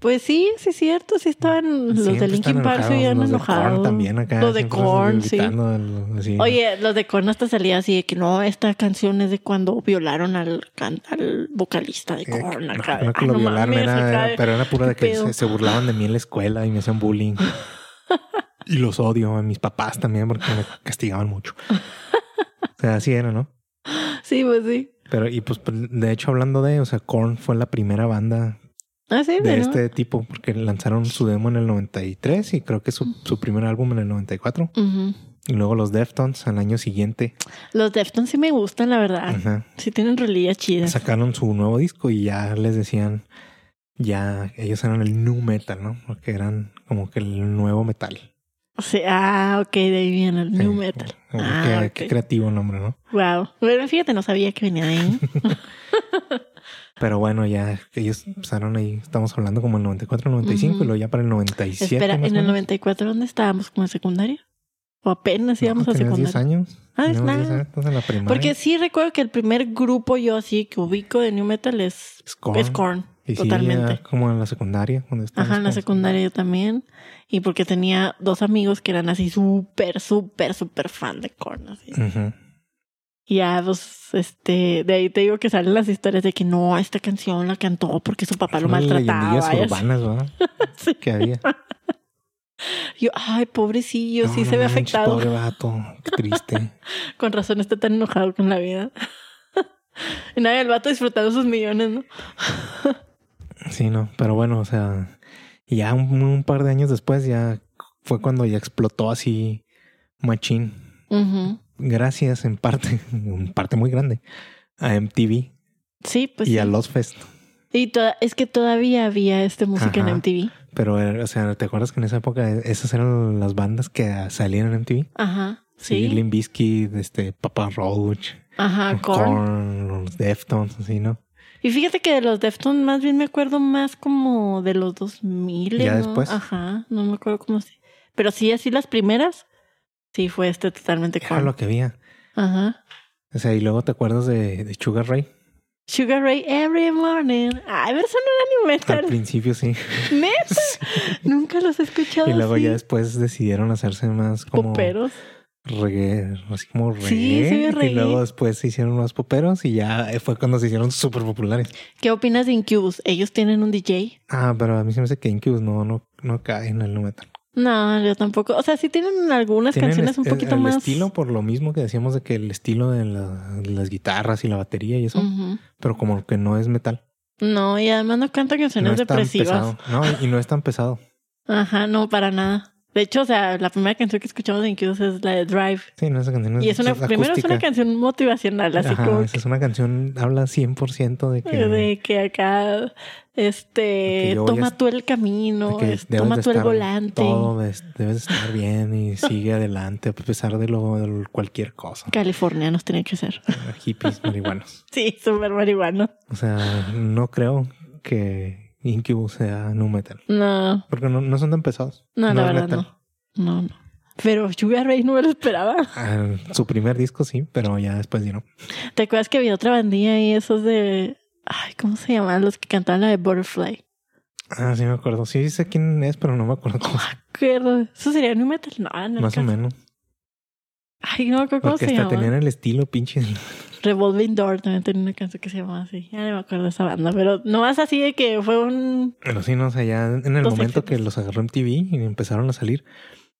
Speaker 1: Pues sí, sí es cierto, sí estaban los
Speaker 2: Siempre
Speaker 1: de Linkin
Speaker 2: están
Speaker 1: Park se habían
Speaker 2: enojados, los de Korn
Speaker 1: enojado.
Speaker 2: también acá.
Speaker 1: Los de
Speaker 2: siempre están
Speaker 1: Korn, sí.
Speaker 2: gritando, el- así, ¿no?
Speaker 1: Oye, los de Korn hasta salía así de que no, esta canción es de cuando violaron al, can- al vocalista de
Speaker 2: Eh, que-
Speaker 1: Korn
Speaker 2: no,
Speaker 1: acá.
Speaker 2: no que
Speaker 1: Ay,
Speaker 2: lo
Speaker 1: no
Speaker 2: violaron,
Speaker 1: mames,
Speaker 2: era-
Speaker 1: acá de-
Speaker 2: pero era pura de
Speaker 1: qué
Speaker 2: que
Speaker 1: pedo.
Speaker 2: se, se burlaban de mí en la escuela y me hacían bullying. y los odio a mis papás también porque me castigaban mucho. O sea, así era, ¿no?
Speaker 1: Sí, pues sí.
Speaker 2: Pero, y pues, de hecho, hablando de, o sea, Korn fue la primera banda
Speaker 1: Ah, sí,
Speaker 2: de
Speaker 1: bueno.
Speaker 2: este tipo porque lanzaron su demo en el 93 y creo que su, su primer álbum en el 94.
Speaker 1: Ujú.
Speaker 2: Y luego los Deftones al año siguiente
Speaker 1: Los Deftones sí me gustan, la verdad.
Speaker 2: ajá,
Speaker 1: Sí tienen rolillas chidas.
Speaker 2: sacaron su nuevo disco y ya les decían, ya ellos eran el new metal, ¿no? Porque eran como que el nuevo metal.
Speaker 1: O sea, ah, ok, de ahí viene el
Speaker 2: Sí,
Speaker 1: New Metal.
Speaker 2: como
Speaker 1: Ah,
Speaker 2: que-
Speaker 1: ok.
Speaker 2: Qué creativo el nombre, ¿no?
Speaker 1: Wow. Bueno, fíjate, no sabía que venía de ahí.
Speaker 2: Pero bueno, ya ellos empezaron ahí, estamos hablando como el 94, 95
Speaker 1: Ujú.
Speaker 2: y luego ya para el 97.
Speaker 1: Espera,
Speaker 2: más
Speaker 1: en
Speaker 2: o
Speaker 1: el
Speaker 2: menos.
Speaker 1: 94, ¿dónde estábamos? ¿Como en secundaria? ¿O apenas íbamos
Speaker 2: No,
Speaker 1: a
Speaker 2: tenías
Speaker 1: secundaria?
Speaker 2: 10 años.
Speaker 1: Ah, es
Speaker 2: teníamos
Speaker 1: nada.
Speaker 2: 10 años, estás en la primaria.
Speaker 1: Porque sí recuerdo que el primer grupo yo así que ubico de New Metal es,
Speaker 2: Es Korn.
Speaker 1: es Korn.
Speaker 2: Y sí,
Speaker 1: totalmente.
Speaker 2: ya como en la secundaria. cuando estábamos
Speaker 1: Ajá, en la
Speaker 2: como-
Speaker 1: secundaria yo también. Y porque tenía dos amigos que eran así súper, súper, súper fan de Korn. Así.
Speaker 2: Ujú.
Speaker 1: Y ya, pues, este, de ahí te digo que salen las historias de que no, esta canción la cantó porque su papá lo
Speaker 2: Son las
Speaker 1: maltrataba.
Speaker 2: leyendillas
Speaker 1: y así.
Speaker 2: urbanas, ¿verdad?
Speaker 1: Sí.
Speaker 2: Que había.
Speaker 1: Yo, ay, pobrecillo,
Speaker 2: No,
Speaker 1: sí
Speaker 2: no
Speaker 1: se ve
Speaker 2: manches,
Speaker 1: afectado.
Speaker 2: Pobre vato, qué triste.
Speaker 1: Con razón está tan enojado con la vida. y nada, el vato disfrutando sus millones, ¿no?
Speaker 2: Sí, no, pero bueno, o sea, ya un, un par de años después ya fue cuando ya explotó así Machín.
Speaker 1: Ujú.
Speaker 2: Gracias en parte, en parte muy grande, a MTV
Speaker 1: Sí, pues.
Speaker 2: y
Speaker 1: sí.
Speaker 2: a Los Fest.
Speaker 1: Y toda- es que todavía había este música
Speaker 2: Ajá.
Speaker 1: en MTV.
Speaker 2: Pero, eh, o sea, ¿te acuerdas que en esa época esas eran las bandas que salían en MTV?
Speaker 1: Ajá. Sí.
Speaker 2: Limp Bizkit, este, Papa Roach,
Speaker 1: Ajá, Korn.
Speaker 2: Korn, los Deftones, así, ¿no?
Speaker 1: Y fíjate que de los Deftones más bien me acuerdo más como de los 2000.
Speaker 2: Ya
Speaker 1: ¿no?
Speaker 2: después.
Speaker 1: Ajá, no me acuerdo cómo se... Pero sí, así las primeras, sí fue este totalmente
Speaker 2: Era
Speaker 1: Korn.
Speaker 2: lo que había.
Speaker 1: Ajá.
Speaker 2: O sea, y luego te acuerdas de, de Sugar Ray.
Speaker 1: Sugar Ray Every Morning. Ay, pero eso no era ni
Speaker 2: Al
Speaker 1: metal.
Speaker 2: principio sí.
Speaker 1: ¿Neta? Nunca los he escuchado
Speaker 2: Y luego
Speaker 1: así.
Speaker 2: ya después decidieron hacerse más como
Speaker 1: Poperos.
Speaker 2: reggae, así como reggae.
Speaker 1: Sí, sí, reggae.
Speaker 2: Y luego después se hicieron más poperos y ya eh, fue cuando se hicieron súper populares.
Speaker 1: ¿Qué opinas de Incubus? ¿Ellos tienen un DJ?
Speaker 2: Ah, pero a mí se me hace que Incubus no, no, no cae en el nu metal.
Speaker 1: No, yo tampoco. O sea, sí tienen algunas
Speaker 2: Tienen
Speaker 1: canciones
Speaker 2: es-
Speaker 1: un
Speaker 2: el-
Speaker 1: poquito
Speaker 2: el
Speaker 1: más...
Speaker 2: estilo por lo mismo que decíamos de que el estilo de la- las guitarras y la batería y eso,
Speaker 1: Ujú.
Speaker 2: pero como que no es metal.
Speaker 1: No, y además no canta canciones
Speaker 2: no es tan
Speaker 1: depresivas.
Speaker 2: pesado. No, y no es tan pesado.
Speaker 1: Ajá, no, para nada. De hecho, o sea, la primera canción que escuchamos en Incubus es la de Drive.
Speaker 2: Sí, no, esa canción es
Speaker 1: Y es una,
Speaker 2: es
Speaker 1: primero es una
Speaker 2: acústica.
Speaker 1: canción motivacional, así
Speaker 2: Ajá,
Speaker 1: como
Speaker 2: esa es una canción, habla 100% de que,
Speaker 1: que,
Speaker 2: de
Speaker 1: de que acá, este,
Speaker 2: Que yo voy
Speaker 1: toma
Speaker 2: a-
Speaker 1: tú el camino,
Speaker 2: que
Speaker 1: es-
Speaker 2: debes
Speaker 1: toma
Speaker 2: de
Speaker 1: tú el
Speaker 2: estar
Speaker 1: volante,
Speaker 2: Todo des- debes estar bien y sigue adelante a pesar de lo de cualquier cosa.
Speaker 1: californianos tiene que ser.
Speaker 2: Hippies, marihuanos.
Speaker 1: Sí, súper marihuano.
Speaker 2: O sea, no creo que Incubus sea nu metal.
Speaker 1: No,
Speaker 2: Porque no, no son tan pesados.
Speaker 1: no, la
Speaker 2: es
Speaker 1: verdad
Speaker 2: metal.
Speaker 1: no. No, no. Pero Sugar Ray no me lo esperaba.
Speaker 2: Ah, su primer disco sí, pero ya después ya no.
Speaker 1: ¿Te acuerdas que había otra bandilla y esos de... Ay, ¿cómo se llamaban? Los que cantaban la de Butterfly.
Speaker 2: Ah, sí me acuerdo. Sí sé quién es, pero no me acuerdo cómo.
Speaker 1: Acuerdo. ¿Eso sería New Metal? Ah, No, no.
Speaker 2: Más o
Speaker 1: alcanzo.
Speaker 2: menos.
Speaker 1: Ay, no, me acuerdo ¿cómo
Speaker 2: Porque
Speaker 1: se
Speaker 2: hasta
Speaker 1: llamaban?
Speaker 2: tenían el estilo pinche.
Speaker 1: Revolving Door también tenía una canción que se llamaba así. Ya no me acuerdo de esa banda, pero no más así de que fue un.
Speaker 2: Pero sí, no, o sea, ya en el
Speaker 1: Los
Speaker 2: momento que
Speaker 1: éxitos.
Speaker 2: los agarró MTV y empezaron a salir,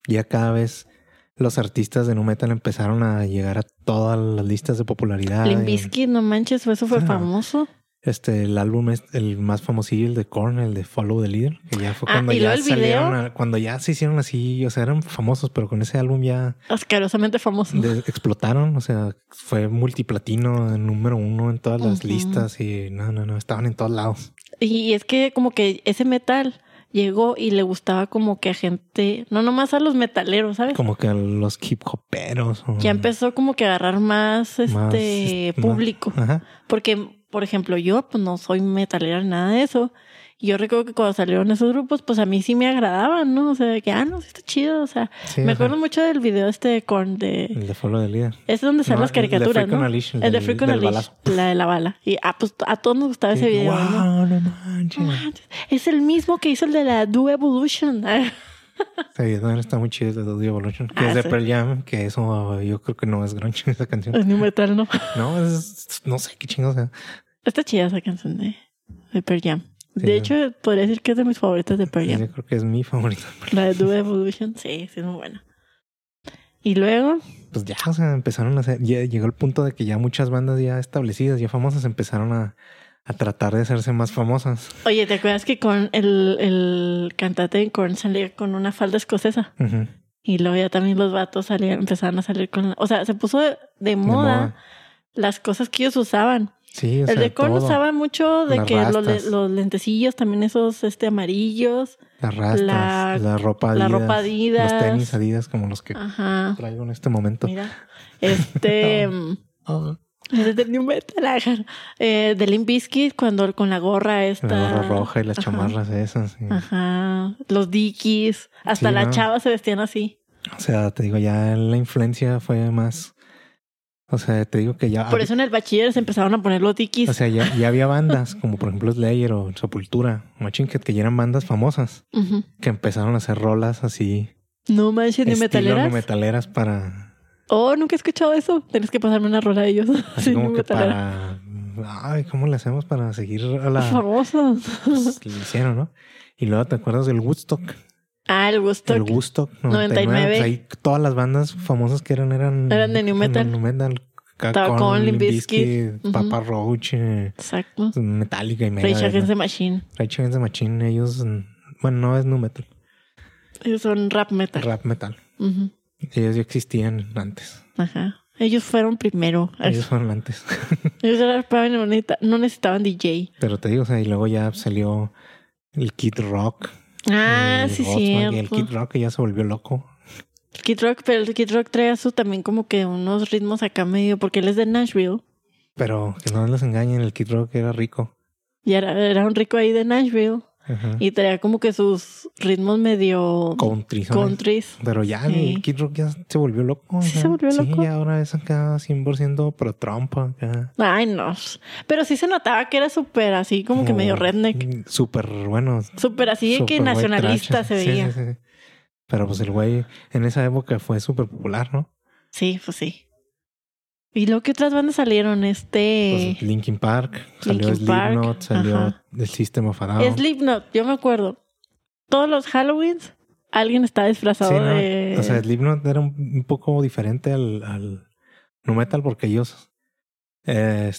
Speaker 2: ya cada vez los artistas de nu metal empezaron a llegar a todas las listas de popularidad.
Speaker 1: Limp
Speaker 2: Y,
Speaker 1: Bizkit, no manches, eso fue
Speaker 2: Ah.
Speaker 1: famoso.
Speaker 2: Este, el álbum es el más famosillo, el de Korn, el de Follow the Leader, que ya fue
Speaker 1: Ah,
Speaker 2: cuando
Speaker 1: ¿y luego
Speaker 2: ya
Speaker 1: el
Speaker 2: salieron,
Speaker 1: video?
Speaker 2: a- cuando ya se hicieron así, o sea, eran famosos, pero con ese álbum ya
Speaker 1: Asquerosamente famoso.
Speaker 2: de- explotaron, o sea, fue multiplatino, número uno en todas las
Speaker 1: Ujú.
Speaker 2: listas y no, no, no, estaban en todos lados.
Speaker 1: Y es que como que ese metal llegó y le gustaba como que a gente, no nomás a los metaleros, ¿sabes?
Speaker 2: Como que los hip hoperos. o-
Speaker 1: Ya empezó como que a agarrar más este
Speaker 2: Más, este, más-
Speaker 1: público.
Speaker 2: Ajá.
Speaker 1: Porque, por ejemplo, yo pues, no soy metalera ni nada de eso. Y yo recuerdo que cuando salieron esos grupos, pues a mí sí me agradaban, ¿no? O sea, de que, ah, no, sí está chido. O sea,
Speaker 2: Sí,
Speaker 1: me
Speaker 2: ajá.
Speaker 1: acuerdo mucho del video este de Korn de...
Speaker 2: El de Follow the Leader.
Speaker 1: Es donde salen
Speaker 2: No,
Speaker 1: las caricaturas,
Speaker 2: el de Freak on
Speaker 1: ¿no?
Speaker 2: a Leash,
Speaker 1: El de
Speaker 2: del-
Speaker 1: Freak on a
Speaker 2: del
Speaker 1: Leash,
Speaker 2: balazo.
Speaker 1: la de la bala. Y ah, pues a todos nos gustaba ese
Speaker 2: Sí,
Speaker 1: video, ¿no?
Speaker 2: Wow, no
Speaker 1: No
Speaker 2: manches.
Speaker 1: manches, Es el mismo que hizo el de la Do Evolution.
Speaker 2: Ese video está muy chido el de Dodgy Evolution. Que
Speaker 1: Ah,
Speaker 2: es de
Speaker 1: sí.
Speaker 2: Pearl Jam, que eso ah, yo creo que no es grunge esa canción.
Speaker 1: Es New Metal, ¿no?
Speaker 2: No, es, no sé qué chingo sea.
Speaker 1: Está chida esa canción de, de Pearl Jam.
Speaker 2: Sí.
Speaker 1: De hecho, podría decir que es de mis favoritas de Pearl Jam.
Speaker 2: Yo creo que es mi favorito.
Speaker 1: La de Do Evolution, sí, sí, es muy buena. Y luego,
Speaker 2: Pues ya, o sea, empezaron a hacer, ya llegó el punto de que ya muchas bandas ya establecidas, ya famosas, empezaron a, a tratar de hacerse más famosas.
Speaker 1: oye, ¿te acuerdas que con el, el cantante de Korn salía con una falda escocesa?
Speaker 2: Ujú, de
Speaker 1: Y luego ya también los vatos salían, empezaron a salir con... la- o sea, se puso de, de moda, las cosas que ellos usaban.
Speaker 2: Sí, o sea,
Speaker 1: el de Korn
Speaker 2: todo.
Speaker 1: usaba mucho de
Speaker 2: Las
Speaker 1: que los, le-
Speaker 2: rastas.
Speaker 1: los lentecillos, también esos este amarillos.
Speaker 2: Las rastas,
Speaker 1: la-
Speaker 2: la, ropa
Speaker 1: la
Speaker 2: Adidas,
Speaker 1: ropa Adidas.
Speaker 2: los tenis Adidas como los que
Speaker 1: Ajá.
Speaker 2: traigo en este momento.
Speaker 1: Mira. Este. mm,
Speaker 2: Ah,
Speaker 1: es de New Metal. ajá. Eh, de Limp Bizkit, cuando con la gorra esta.
Speaker 2: la gorra roja y las
Speaker 1: Ajá.
Speaker 2: chamarras esas. sí.
Speaker 1: Ajá. Los dickies. Hasta
Speaker 2: Sí,
Speaker 1: las
Speaker 2: ¿no?
Speaker 1: chavas se vestían así.
Speaker 2: O sea, te digo, ya la influencia fue más. O sea, te digo que ya.
Speaker 1: Por eso en el bachiller se empezaron a poner los dickies.
Speaker 2: Ah, O sea, ya, ya había bandas como por ejemplo Slayer o Sepultura, Machine Head, que ya eran bandas famosas
Speaker 1: Ujú.
Speaker 2: que empezaron a hacer rolas así.
Speaker 1: No manches, ni
Speaker 2: estilo
Speaker 1: metaleras.
Speaker 2: nu metaleras para.
Speaker 1: Oh, nunca he escuchado eso. Tienes que pasarme una rola de ellos.
Speaker 2: Así
Speaker 1: Sí,
Speaker 2: como
Speaker 1: nu
Speaker 2: que
Speaker 1: metalera.
Speaker 2: para. Ay, ¿cómo le hacemos para seguir a la.
Speaker 1: Famosos.
Speaker 2: Pues, lo hicieron, ¿no? Y luego te acuerdas del Woodstock.
Speaker 1: Ah, el Woodstock.
Speaker 2: El Woodstock 99.
Speaker 1: 99.
Speaker 2: pues ahí todas las bandas famosas que eran eran,
Speaker 1: Eran de nu metal.
Speaker 2: nu metal.
Speaker 1: Estaba con Limp Bizkit, ujú.
Speaker 2: Papa Roach, eh,
Speaker 1: Exacto.
Speaker 2: Metallica y
Speaker 1: Rage
Speaker 2: Megadeth.
Speaker 1: Against the
Speaker 2: ¿no?
Speaker 1: Machine.
Speaker 2: Rage Against the Machine, ellos, mm, bueno, no es nu metal,
Speaker 1: Ellos son rap metal.
Speaker 2: rap metal.
Speaker 1: Ujú.
Speaker 2: Ellos ya existían antes.
Speaker 1: Ajá. Ellos fueron primero.
Speaker 2: Ellos fueron antes.
Speaker 1: Ellos eran rapaban y no, necesita- no necesitaban DJ.
Speaker 2: Pero te digo, o sea, y luego ya salió el Kid Rock.
Speaker 1: Ah,
Speaker 2: el
Speaker 1: sí,
Speaker 2: Godsmack,
Speaker 1: cierto.
Speaker 2: Y el Kid Rock que ya se volvió loco.
Speaker 1: Kid Rock, pero el Kid Rock trae su también como que unos ritmos acá medio, porque él es de Nashville.
Speaker 2: Pero que no les engañen, el Kid Rock era rico.
Speaker 1: Y era, era un rico ahí de Nashville.
Speaker 2: Ajá.
Speaker 1: Y traía como que sus ritmos medio
Speaker 2: Country. ¿sabes?
Speaker 1: countries.
Speaker 2: Pero ya
Speaker 1: Sí.
Speaker 2: el Kid Rock ya se volvió loco. o
Speaker 1: Sí,
Speaker 2: sea,
Speaker 1: se volvió loco.
Speaker 2: Sí, ahora es acá 100% pro trompa. Acá.
Speaker 1: Ay, no. Pero sí se notaba que era súper así, como que medio redneck.
Speaker 2: Súper bueno.
Speaker 1: Súper así de que
Speaker 2: súper white
Speaker 1: nacionalista
Speaker 2: trash.
Speaker 1: se
Speaker 2: Sí,
Speaker 1: veía.
Speaker 2: sí, sí. Pero pues el güey en esa época fue súper popular, ¿no?
Speaker 1: Sí, pues sí. ¿Y luego qué otras bandas salieron? Este.
Speaker 2: Pues, Linkin Park, salió
Speaker 1: Linkin Park,
Speaker 2: Slipknot, salió
Speaker 1: ajá.
Speaker 2: el sistema farado.
Speaker 1: Slipknot, yo me acuerdo. Todos los Halloweens, alguien está disfrazado de.
Speaker 2: O sea, Slipknot era un, un poco diferente al, al nu metal porque ellos, eh,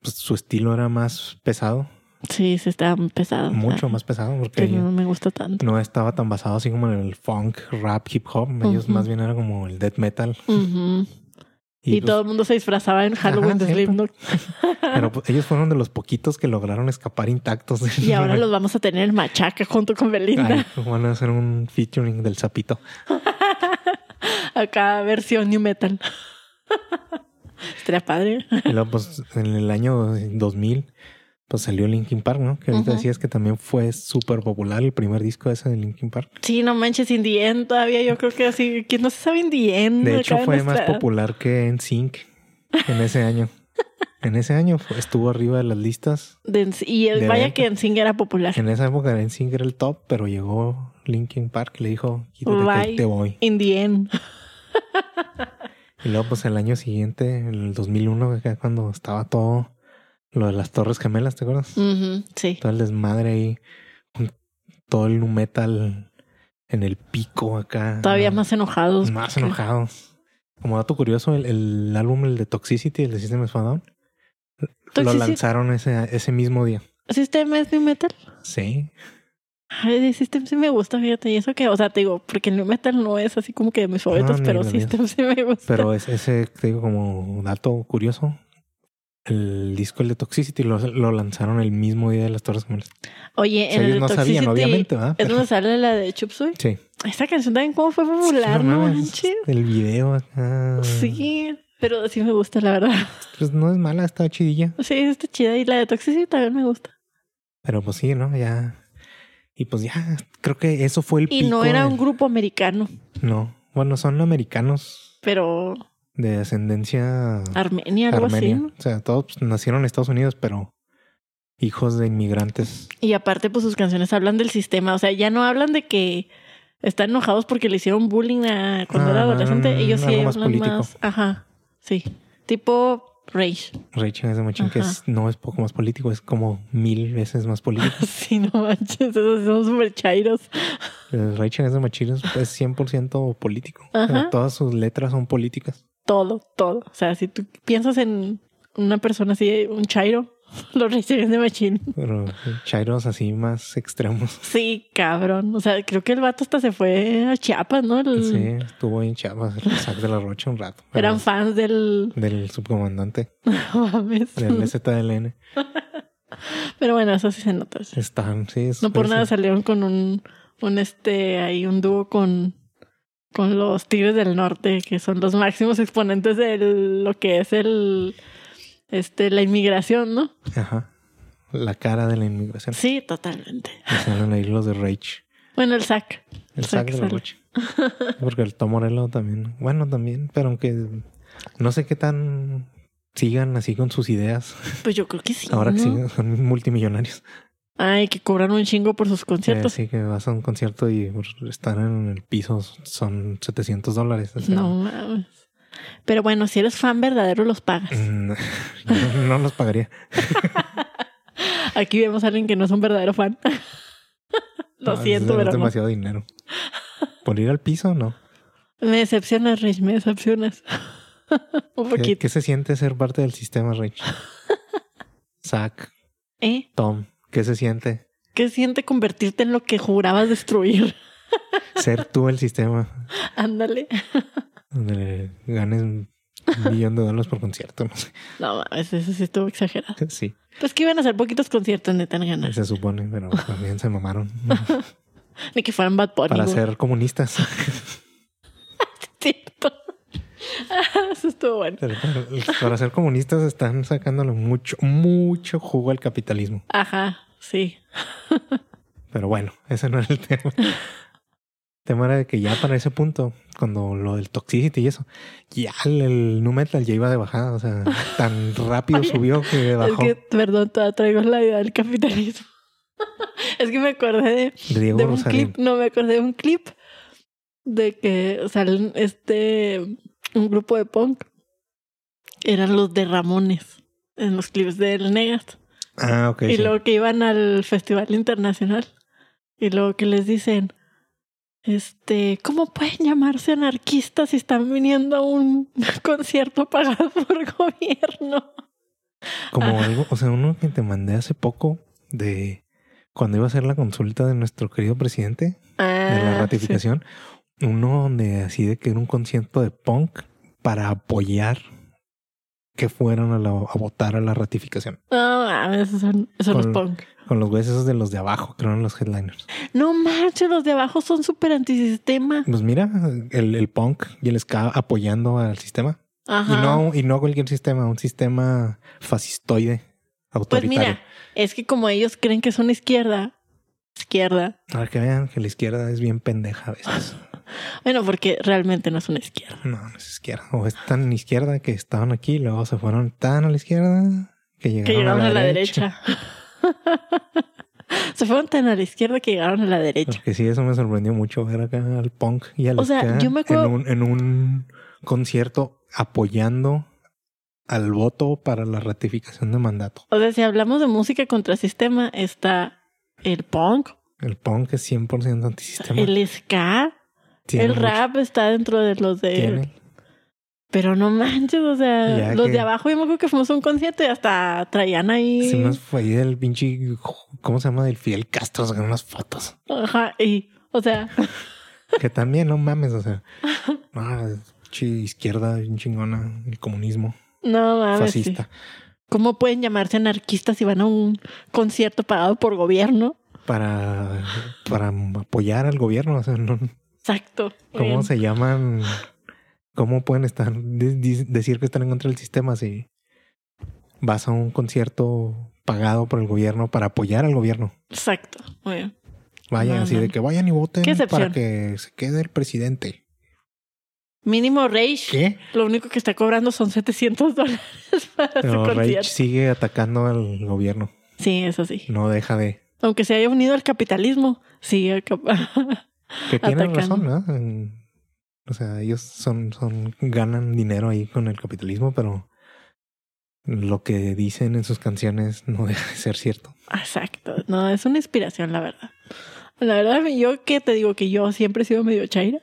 Speaker 2: pues, su estilo era más pesado,
Speaker 1: sí, se está pesado. Ah,
Speaker 2: mucho más pesado porque
Speaker 1: Que no me gusta tanto.
Speaker 2: no estaba tan basado así como en el funk, rap, hip hop. Ellos
Speaker 1: Ujú.
Speaker 2: más bien eran como el death metal.
Speaker 1: Ujú. Y,
Speaker 2: pues,
Speaker 1: todo el mundo se disfrazaba en Halloween
Speaker 2: Ajá,
Speaker 1: de
Speaker 2: sí,
Speaker 1: Slipknot.
Speaker 2: Pero pues, ellos fueron de los poquitos que lograron escapar intactos.
Speaker 1: Y ahora los vamos a tener en machaca junto con Belinda.
Speaker 2: Ay, van a hacer un featuring del sapito.
Speaker 1: Acá versión New Metal. Estaría padre.
Speaker 2: Y luego, pues, en el año 2000, pues salió Linkin Park, ¿no? Que ahorita
Speaker 1: Ujú.
Speaker 2: decías que también fue súper popular el primer disco ese de Linkin Park.
Speaker 1: Sí, no manches, Indien todavía. Yo creo que así. ¿Quién no se sabe Indien?
Speaker 2: De hecho, fue más popular que en Sync en ese año. En ese año fue- estuvo arriba de las listas.
Speaker 1: y el,
Speaker 2: de
Speaker 1: vaya
Speaker 2: venta.
Speaker 1: que en Sing era popular.
Speaker 2: En esa época en Sync era el top, pero llegó Linkin Park y le dijo, quítate que ahí
Speaker 1: Bye.
Speaker 2: te voy.
Speaker 1: Indien.
Speaker 2: Y luego, pues el año siguiente, el 2001, acá cuando estaba todo lo de las Torres Gemelas, ¿te acuerdas?
Speaker 1: Ujú, sí.
Speaker 2: Todo el desmadre ahí, con todo el nu metal en el pico acá.
Speaker 1: Todavía
Speaker 2: ¿no?
Speaker 1: más enojados.
Speaker 2: Más
Speaker 1: porque-
Speaker 2: enojados. Como dato curioso, el, el álbum, el de Toxicity, el de System of a Down, lo
Speaker 1: Toxicity.
Speaker 2: lanzaron ese, ese mismo día.
Speaker 1: ¿System es este new metal?
Speaker 2: Sí.
Speaker 1: Ay, de System sí me gusta, fíjate. Y eso que, o sea, te digo, porque el new metal no es así como que de mis favoritos,
Speaker 2: Ah, ni
Speaker 1: pero
Speaker 2: de míos.
Speaker 1: System sí me gusta.
Speaker 2: Pero es ese, te digo, como dato curioso, el disco, el de Toxicity, lo, lo lanzaron el mismo día de las Torres Gemelas.
Speaker 1: Oye,
Speaker 2: O sea,
Speaker 1: en
Speaker 2: ellos
Speaker 1: el
Speaker 2: no
Speaker 1: Toxicity
Speaker 2: sabían, obviamente, ¿verdad?
Speaker 1: es
Speaker 2: Pero-
Speaker 1: donde sale la de Chup Suey.
Speaker 2: sí.
Speaker 1: Esa canción también cómo fue popular,
Speaker 2: Sí, no
Speaker 1: no
Speaker 2: mames, Eh.
Speaker 1: manches.
Speaker 2: El video acá.
Speaker 1: Sí, pero sí me gusta, la verdad.
Speaker 2: Pues no es mala, está chidilla.
Speaker 1: Sí, está chida. Y la de Toxicity también me gusta.
Speaker 2: Pero pues sí, ¿no? Ya. Y pues ya, creo que eso fue el
Speaker 1: Y no
Speaker 2: pico
Speaker 1: era
Speaker 2: del-
Speaker 1: un grupo americano,
Speaker 2: No. Bueno, son americanos
Speaker 1: pero
Speaker 2: de ascendencia
Speaker 1: Armenia, algo
Speaker 2: armenia.
Speaker 1: así. ¿no?
Speaker 2: O sea, todos pues, nacieron en Estados Unidos, pero hijos de inmigrantes.
Speaker 1: Y aparte, pues sus canciones hablan del sistema. O sea, ya no hablan de que están enojados porque le hicieron bullying a cuando era
Speaker 2: Ah,
Speaker 1: adolescente. Ellos sí hablan
Speaker 2: algo más
Speaker 1: más,
Speaker 2: político.
Speaker 1: Ajá. Sí. Tipo Rage.
Speaker 2: Rachel es de machín que
Speaker 1: Ajá.
Speaker 2: es- no es poco más político, es como mil veces más político.
Speaker 1: Sí, no manches. Esos son súper chairos.
Speaker 2: El Rachel es de machín es es 100% político. O sea,
Speaker 1: Ajá.
Speaker 2: todas sus letras son políticas.
Speaker 1: Todo, todo. O sea, si tú piensas en una persona así, un chairo, los Rage de Machine.
Speaker 2: Pero sí, chairos así más extremos.
Speaker 1: Sí, cabrón. O sea, creo que el vato hasta se fue a Chiapas, ¿no? El-
Speaker 2: Sí, pues. estuvo en Chiapas, el sac de la Rocha un rato. pero
Speaker 1: Eran fans del...
Speaker 2: Del subcomandante,
Speaker 1: no mames.
Speaker 2: del ZLN.
Speaker 1: Pero bueno, eso sí se nota.
Speaker 2: Están, Pues sí. es-
Speaker 1: No por nada
Speaker 2: es-
Speaker 1: salieron con un, un este, ahí un dúo con, con los Tigres del Norte, que son los máximos exponentes de lo que es el, este, la inmigración, ¿no?
Speaker 2: Ajá. La cara de la inmigración.
Speaker 1: Sí, totalmente.
Speaker 2: Que salen ahí los de Rage.
Speaker 1: Bueno, el SAC.
Speaker 2: El
Speaker 1: Sac
Speaker 2: sac de la
Speaker 1: sale.
Speaker 2: Rocha. Porque el Tom Morello también. Bueno, también, pero aunque no sé qué tan sigan así con sus ideas.
Speaker 1: Pues yo creo que sí.
Speaker 2: Ahora que
Speaker 1: ¿no?
Speaker 2: sí, son multimillonarios. Eh,
Speaker 1: Ay, que cobran un chingo por sus conciertos.
Speaker 2: Así que vas a un concierto y están en el piso, son 700 dólares. o sea,
Speaker 1: no mames. Pero bueno, si eres fan verdadero, los pagas.
Speaker 2: mm, yo no los pagaría.
Speaker 1: Aquí vemos a alguien que no es un verdadero fan. Lo
Speaker 2: No,
Speaker 1: siento,
Speaker 2: es,
Speaker 1: pero
Speaker 2: es
Speaker 1: no.
Speaker 2: demasiado dinero. Por ir al piso, no.
Speaker 1: Me decepcionas, Rich, me decepcionas. un
Speaker 2: ¿Qué,
Speaker 1: poquito.
Speaker 2: qué se siente ser parte del sistema, Rich? Zach,
Speaker 1: ¿Eh?
Speaker 2: Tom, ¿qué se siente
Speaker 1: ¿Qué siente convertirte en lo que jurabas destruir?
Speaker 2: ser tú el sistema?
Speaker 1: Ándale.
Speaker 2: donde le ganes un millón de dólares por concierto, no sé.
Speaker 1: No, a veces sí estuvo exagerado.
Speaker 2: Sí,
Speaker 1: Pues que iban a hacer poquitos conciertos, neta, tan ganas.
Speaker 2: se supone, pero también se mamaron
Speaker 1: Ni que fueran Bad Bunny.
Speaker 2: para
Speaker 1: güey.
Speaker 2: ser comunistas.
Speaker 1: Cierto. Eso estuvo bueno.
Speaker 2: Pero Para ser comunistas están sacándole mucho, mucho jugo al capitalismo.
Speaker 1: Ajá, sí.
Speaker 2: Pero bueno, ese no era el tema. El tema era de que ya para ese punto, cuando lo del toxicity y eso, ya el, el nu metal ya iba de bajada, o sea, tan rápido
Speaker 1: Oye,
Speaker 2: subió que
Speaker 1: Es
Speaker 2: bajó.
Speaker 1: que, perdón, todavía traigo la idea del capitalismo. es que me acordé de,
Speaker 2: Diego
Speaker 1: de un
Speaker 2: Rosalén.
Speaker 1: clip, no me acordé de un clip de que salen este un grupo de punk eran los de Ramones en los clips del Negas
Speaker 2: Ah, ok.
Speaker 1: y
Speaker 2: sí.
Speaker 1: luego que iban al festival internacional y luego que les dicen este, ¿cómo pueden llamarse anarquistas si están viniendo a un concierto pagado por gobierno?
Speaker 2: Como
Speaker 1: Ah.
Speaker 2: algo, o sea, uno que te mandé hace poco de cuando iba a hacer la consulta de nuestro querido presidente de la
Speaker 1: Ah, sí.
Speaker 2: ratificación, uno donde así de que era un concierto de punk para apoyar que fueran a, la- a votar a la ratificación.
Speaker 1: No, a veces son, son los
Speaker 2: Con-
Speaker 1: punk.
Speaker 2: Con los güeyes esos de los de abajo, creo eran los headliners.
Speaker 1: No manches, los de abajo son súper antisistema.
Speaker 2: Pues mira, el, el punk y el ska apoyando al sistema. Y
Speaker 1: Ajá.
Speaker 2: no, y no cualquier sistema, un sistema fascistoide,
Speaker 1: pues
Speaker 2: autoritario.
Speaker 1: mira, es que como ellos creen que son izquierda, izquierda.
Speaker 2: Para Ah, que vean que la izquierda es bien pendeja a veces.
Speaker 1: Bueno, porque realmente no es una izquierda.
Speaker 2: No, no es izquierda. O es tan izquierda que estaban aquí, luego se fueron tan a la izquierda que llegaron,
Speaker 1: Que llegaron a la derecha. Se fueron tan a la izquierda que llegaron a la derecha.
Speaker 2: Porque Pues sí, eso me sorprendió mucho ver acá al punk y al
Speaker 1: O sea,
Speaker 2: ska
Speaker 1: yo me acuerdo-
Speaker 2: en, un, en un concierto apoyando al voto para la ratificación de mandato.
Speaker 1: O sea, si hablamos de música contra sistema, está el punk,
Speaker 2: El punk es 100% antisistema.
Speaker 1: el ska,
Speaker 2: Tiene
Speaker 1: el
Speaker 2: mucho-
Speaker 1: rap está dentro de los de...
Speaker 2: tiene-
Speaker 1: Pero no manches, o sea,
Speaker 2: Ya
Speaker 1: los
Speaker 2: que-
Speaker 1: de abajo yo me acuerdo que fuimos a un concierto y hasta traían ahí...
Speaker 2: Se nos fue ahí del pinche. ¿Cómo se llama? Del Fidel Castro sacaron unas fotos.
Speaker 1: Ajá, y, o sea,
Speaker 2: Que también, no mames, o sea. Ah, pinche izquierda, bien chingona, el comunismo,
Speaker 1: no mames. sí.
Speaker 2: fascista.
Speaker 1: ¿Cómo pueden llamarse anarquistas si van a un concierto pagado por gobierno?
Speaker 2: Para, para apoyar al gobierno, o sea, no,
Speaker 1: Exacto. muy
Speaker 2: ¿Cómo
Speaker 1: bien.
Speaker 2: se llaman? ¿Cómo pueden estar de- di- decir que están en contra del sistema si vas a un concierto pagado por el gobierno para apoyar al gobierno?
Speaker 1: Exacto. Muy bien.
Speaker 2: Vayan
Speaker 1: No,
Speaker 2: así
Speaker 1: no.
Speaker 2: de que vayan y voten
Speaker 1: ¿Qué excepción?
Speaker 2: para que se quede el presidente.
Speaker 1: Mínimo Rage.
Speaker 2: ¿Qué?
Speaker 1: Lo único que está cobrando son 700 dólares para
Speaker 2: Pero
Speaker 1: su concierto.
Speaker 2: Reich sigue atacando al gobierno.
Speaker 1: Sí, eso sí.
Speaker 2: No deja de.
Speaker 1: Aunque se haya unido al capitalismo, sigue cap-
Speaker 2: Que tienen
Speaker 1: Atacando.
Speaker 2: razón, ¿no? En- O sea, ellos son, son, ganan dinero ahí con el capitalismo, pero lo que dicen en sus canciones no deja de ser cierto.
Speaker 1: Exacto. No, es una inspiración, la verdad. La verdad, yo que te digo que yo siempre he sido medio chaira.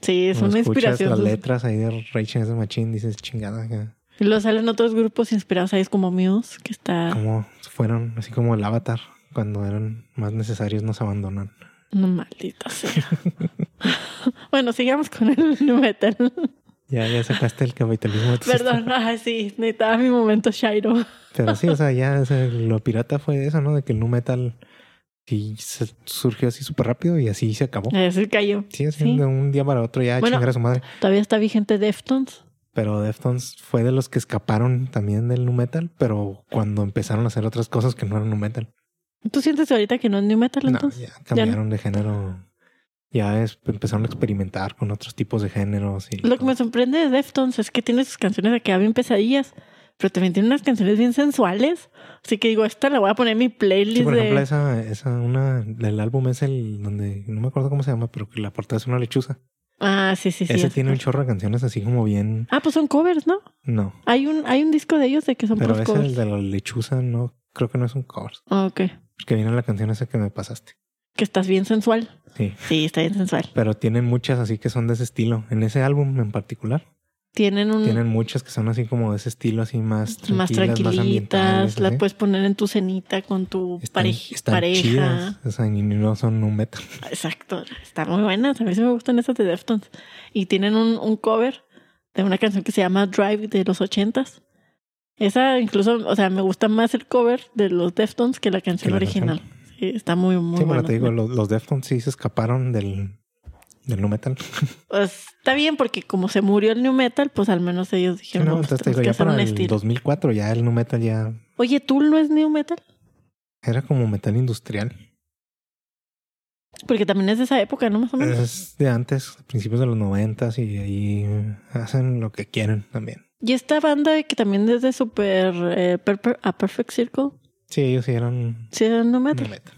Speaker 1: Sí, es
Speaker 2: Cuando
Speaker 1: una
Speaker 2: escuchas
Speaker 1: inspiración.
Speaker 2: Las letras ahí de Rage Against the Machine dices chingada, acá.
Speaker 1: Y luego salen otros grupos inspirados ahí, es como Muse, que está...
Speaker 2: como fueron así como el Avatar cuando eran más necesarios nos abandonan.
Speaker 1: No, maldita sea. bueno, sigamos con el nu metal.
Speaker 2: Ya, ya sacaste el capitalismo. de tu
Speaker 1: Perdón, ay, sí, necesitaba mi momento Shairo.
Speaker 2: sistema. Pero sí, o sea, ya o sea, lo pirata fue eso, ¿no? De que el nu metal sí se- surgió así súper rápido y así se acabó.
Speaker 1: Así cayó.
Speaker 2: Sí, así de un día para otro ya
Speaker 1: Bueno.
Speaker 2: chingar a su madre.
Speaker 1: Todavía está vigente Deftones.
Speaker 2: Pero Deftones fue de los que escaparon también del nu metal, pero cuando empezaron a hacer otras cosas que no eran nu metal.
Speaker 1: ¿Tú sientes ahorita que no es nu metal
Speaker 2: No,
Speaker 1: entonces?
Speaker 2: ya cambiaron de género. Ya es- empezaron a experimentar con otros tipos de géneros. Y
Speaker 1: Lo que me sorprende de Deftones es que tiene sus canciones acá bien pesadillas, pero también tiene unas canciones bien sensuales. Así que digo, esta la voy a poner en mi playlist
Speaker 2: Sí, por
Speaker 1: de...
Speaker 2: ejemplo, esa, esa, una, del álbum es el donde, no me acuerdo cómo se llama, pero que la portada es una lechuza.
Speaker 1: Ah, sí, sí, sí.
Speaker 2: Ese
Speaker 1: es-
Speaker 2: tiene un chorro de canciones así como bien,
Speaker 1: Ah, pues son covers, ¿no?
Speaker 2: no.
Speaker 1: Hay un, hay un disco de ellos de que son
Speaker 2: Pero
Speaker 1: puros
Speaker 2: ese
Speaker 1: covers.
Speaker 2: el de la lechuza, no, creo que no es un cover.
Speaker 1: Ah, ok.
Speaker 2: Que viene la canción esa que me pasaste.
Speaker 1: Que estás bien sensual.
Speaker 2: Sí.
Speaker 1: Sí, está bien sensual.
Speaker 2: Pero tienen muchas así que son de ese estilo. En ese álbum en particular,
Speaker 1: Tienen un...
Speaker 2: tienen muchas que son así como de ese estilo, así más tranquilas,
Speaker 1: Mm. más
Speaker 2: más,
Speaker 1: tranquilitas,
Speaker 2: ambientales.
Speaker 1: las
Speaker 2: así.
Speaker 1: puedes poner en tu cenita con tu
Speaker 2: Están-
Speaker 1: pareji-
Speaker 2: están
Speaker 1: pareja.
Speaker 2: chidas, o sea, y no son un metal.
Speaker 1: Exacto, está muy buena. A mí sí me gustan esas de Deftones. Y tienen un, un cover de una canción que se llama Drive de los ochentas. Esa incluso, o sea, me gusta más el cover de los Deftones que la
Speaker 2: Que
Speaker 1: canción
Speaker 2: la
Speaker 1: original. Sí, está muy, muy
Speaker 2: sí, pero
Speaker 1: buena.
Speaker 2: te digo, los, los Deftones sí se escaparon del, del nu metal.
Speaker 1: Pues, está bien porque como se murió el new metal, pues al menos ellos
Speaker 2: Sí,
Speaker 1: dijeron,
Speaker 2: no,
Speaker 1: no, pues,
Speaker 2: entonces te
Speaker 1: tenemos
Speaker 2: digo,
Speaker 1: que
Speaker 2: ya
Speaker 1: hacer un
Speaker 2: para el
Speaker 1: estilo.
Speaker 2: 2004 ya el nu metal ya
Speaker 1: Oye, ¿Tool no es new metal?
Speaker 2: era como metal industrial.
Speaker 1: Porque también es de esa época, ¿no? Más o menos.
Speaker 2: Es de antes, principios de los noventas y ahí eh, hacen lo que quieren también.
Speaker 1: Y esta banda que también es de Super eh, Perper- A Perfect Circle,
Speaker 2: Sí, ellos sí eran
Speaker 1: sí, es nu
Speaker 2: nu
Speaker 1: metal.
Speaker 2: metal.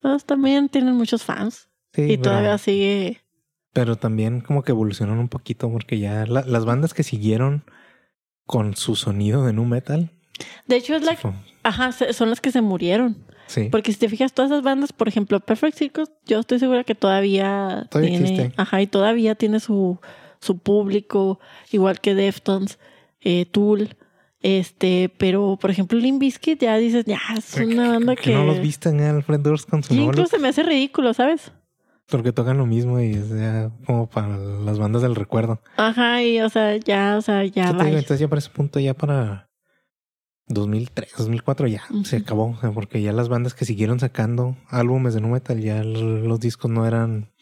Speaker 1: Pues, también tienen muchos fans.
Speaker 2: Sí,
Speaker 1: Y
Speaker 2: pero,
Speaker 1: todavía sigue.
Speaker 2: pero también como que evolucionaron un poquito porque ya la- las bandas que siguieron con su sonido de nu metal.
Speaker 1: De hecho, es la. pues,
Speaker 2: se fue-
Speaker 1: Ajá, se- son las que se murieron.
Speaker 2: Sí.
Speaker 1: Porque si te fijas, todas esas bandas, por ejemplo, Perfect Circus, yo estoy segura que todavía.
Speaker 2: Todavía
Speaker 1: tiene,
Speaker 2: existe.
Speaker 1: Ajá, y todavía tiene su, su público, igual que Deftones, eh, Tool. Este, pero por ejemplo, Limp Bizkit ya dices, ya es una banda que.
Speaker 2: no los viste en Alfred Durst con su
Speaker 1: Y
Speaker 2: nuevo
Speaker 1: incluso se me hace ridículo, ¿sabes?
Speaker 2: Porque tocan lo mismo y es ya como para las bandas del recuerdo.
Speaker 1: Ajá, y o sea, ya, o sea, ya
Speaker 2: Sí, te digo,
Speaker 1: va.
Speaker 2: entonces ya para ese punto, ya para 2003, 2004 ya
Speaker 1: Ujú.
Speaker 2: se acabó. o sea, porque ya las bandas que siguieron sacando álbumes de nu metal, ya l- los discos no eran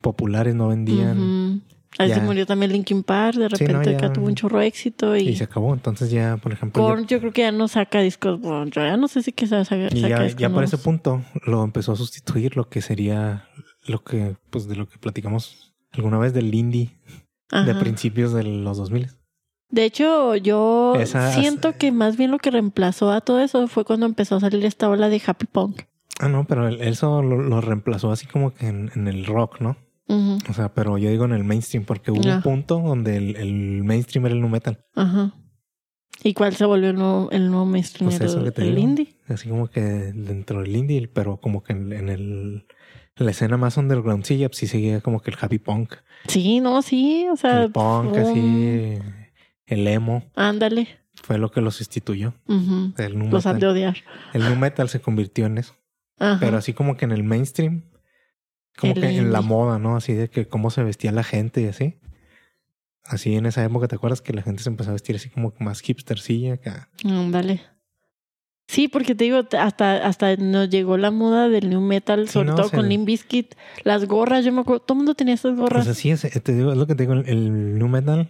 Speaker 2: populares, no vendían
Speaker 1: Ujú. Ahí se
Speaker 2: Ya.
Speaker 1: murió también Linkin Park, de
Speaker 2: Sí, no,
Speaker 1: repente acá
Speaker 2: ya-
Speaker 1: tuvo un chorro de éxito
Speaker 2: y se acabó. Entonces ya, por ejemplo, ya-
Speaker 1: Korn yo creo que ya no saca discos. Bueno, yo ya no sé si que sa- saca,
Speaker 2: y
Speaker 1: saca
Speaker 2: ya,
Speaker 1: discos
Speaker 2: ya para ese
Speaker 1: nuevos.
Speaker 2: punto lo empezó a sustituir lo que sería lo que, pues de lo que platicamos alguna vez del indie
Speaker 1: Ajá.
Speaker 2: de principios de los 2000.
Speaker 1: De hecho, yo
Speaker 2: Esas-
Speaker 1: siento que más bien lo que reemplazó a todo eso fue cuando empezó a salir esta ola de happy punk.
Speaker 2: Ah, no, pero el- eso lo, lo reemplazó así como que en, en el rock, ¿no?
Speaker 1: Ujú,
Speaker 2: O sea, pero yo digo en el mainstream porque hubo
Speaker 1: Ya.
Speaker 2: un punto donde el, el mainstream era el nu metal.
Speaker 1: Ajá. ¿Y cuál se volvió el nuevo, el nuevo mainstream?
Speaker 2: Pues eso
Speaker 1: el,
Speaker 2: que te
Speaker 1: el
Speaker 2: digo.
Speaker 1: indie.
Speaker 2: Así como que dentro del indie, pero como que en, en el en la escena más underground sí, ya, pues, sí seguía como que el happy punk.
Speaker 1: Sí, no, sí, o sea,
Speaker 2: el punk,
Speaker 1: oh.
Speaker 2: así el emo
Speaker 1: ándale.
Speaker 2: fue lo que lo sustituyó.
Speaker 1: Ujú.
Speaker 2: El nu
Speaker 1: Los han de
Speaker 2: metal.
Speaker 1: odiar.
Speaker 2: El nu metal se convirtió en eso.
Speaker 1: Ajá.
Speaker 2: Pero así como que en el mainstream, como
Speaker 1: El
Speaker 2: que en la
Speaker 1: indie.
Speaker 2: moda, ¿no? Así de que cómo se vestía la gente y así. Así en esa época, ¿te acuerdas que la gente se empezó a vestir así como que más hipstercilla acá?
Speaker 1: Ándale. Mm, Sí, porque te digo, t- hasta, hasta nos llegó la moda del new metal,
Speaker 2: Sí,
Speaker 1: sobre
Speaker 2: no,
Speaker 1: todo
Speaker 2: se-
Speaker 1: con Limp Bizkit. Las gorras, yo me acuerdo, todo el mundo tenía esas
Speaker 2: O
Speaker 1: gorras,
Speaker 2: sea, sí, es, te digo, es lo que te digo, el, el nu metal.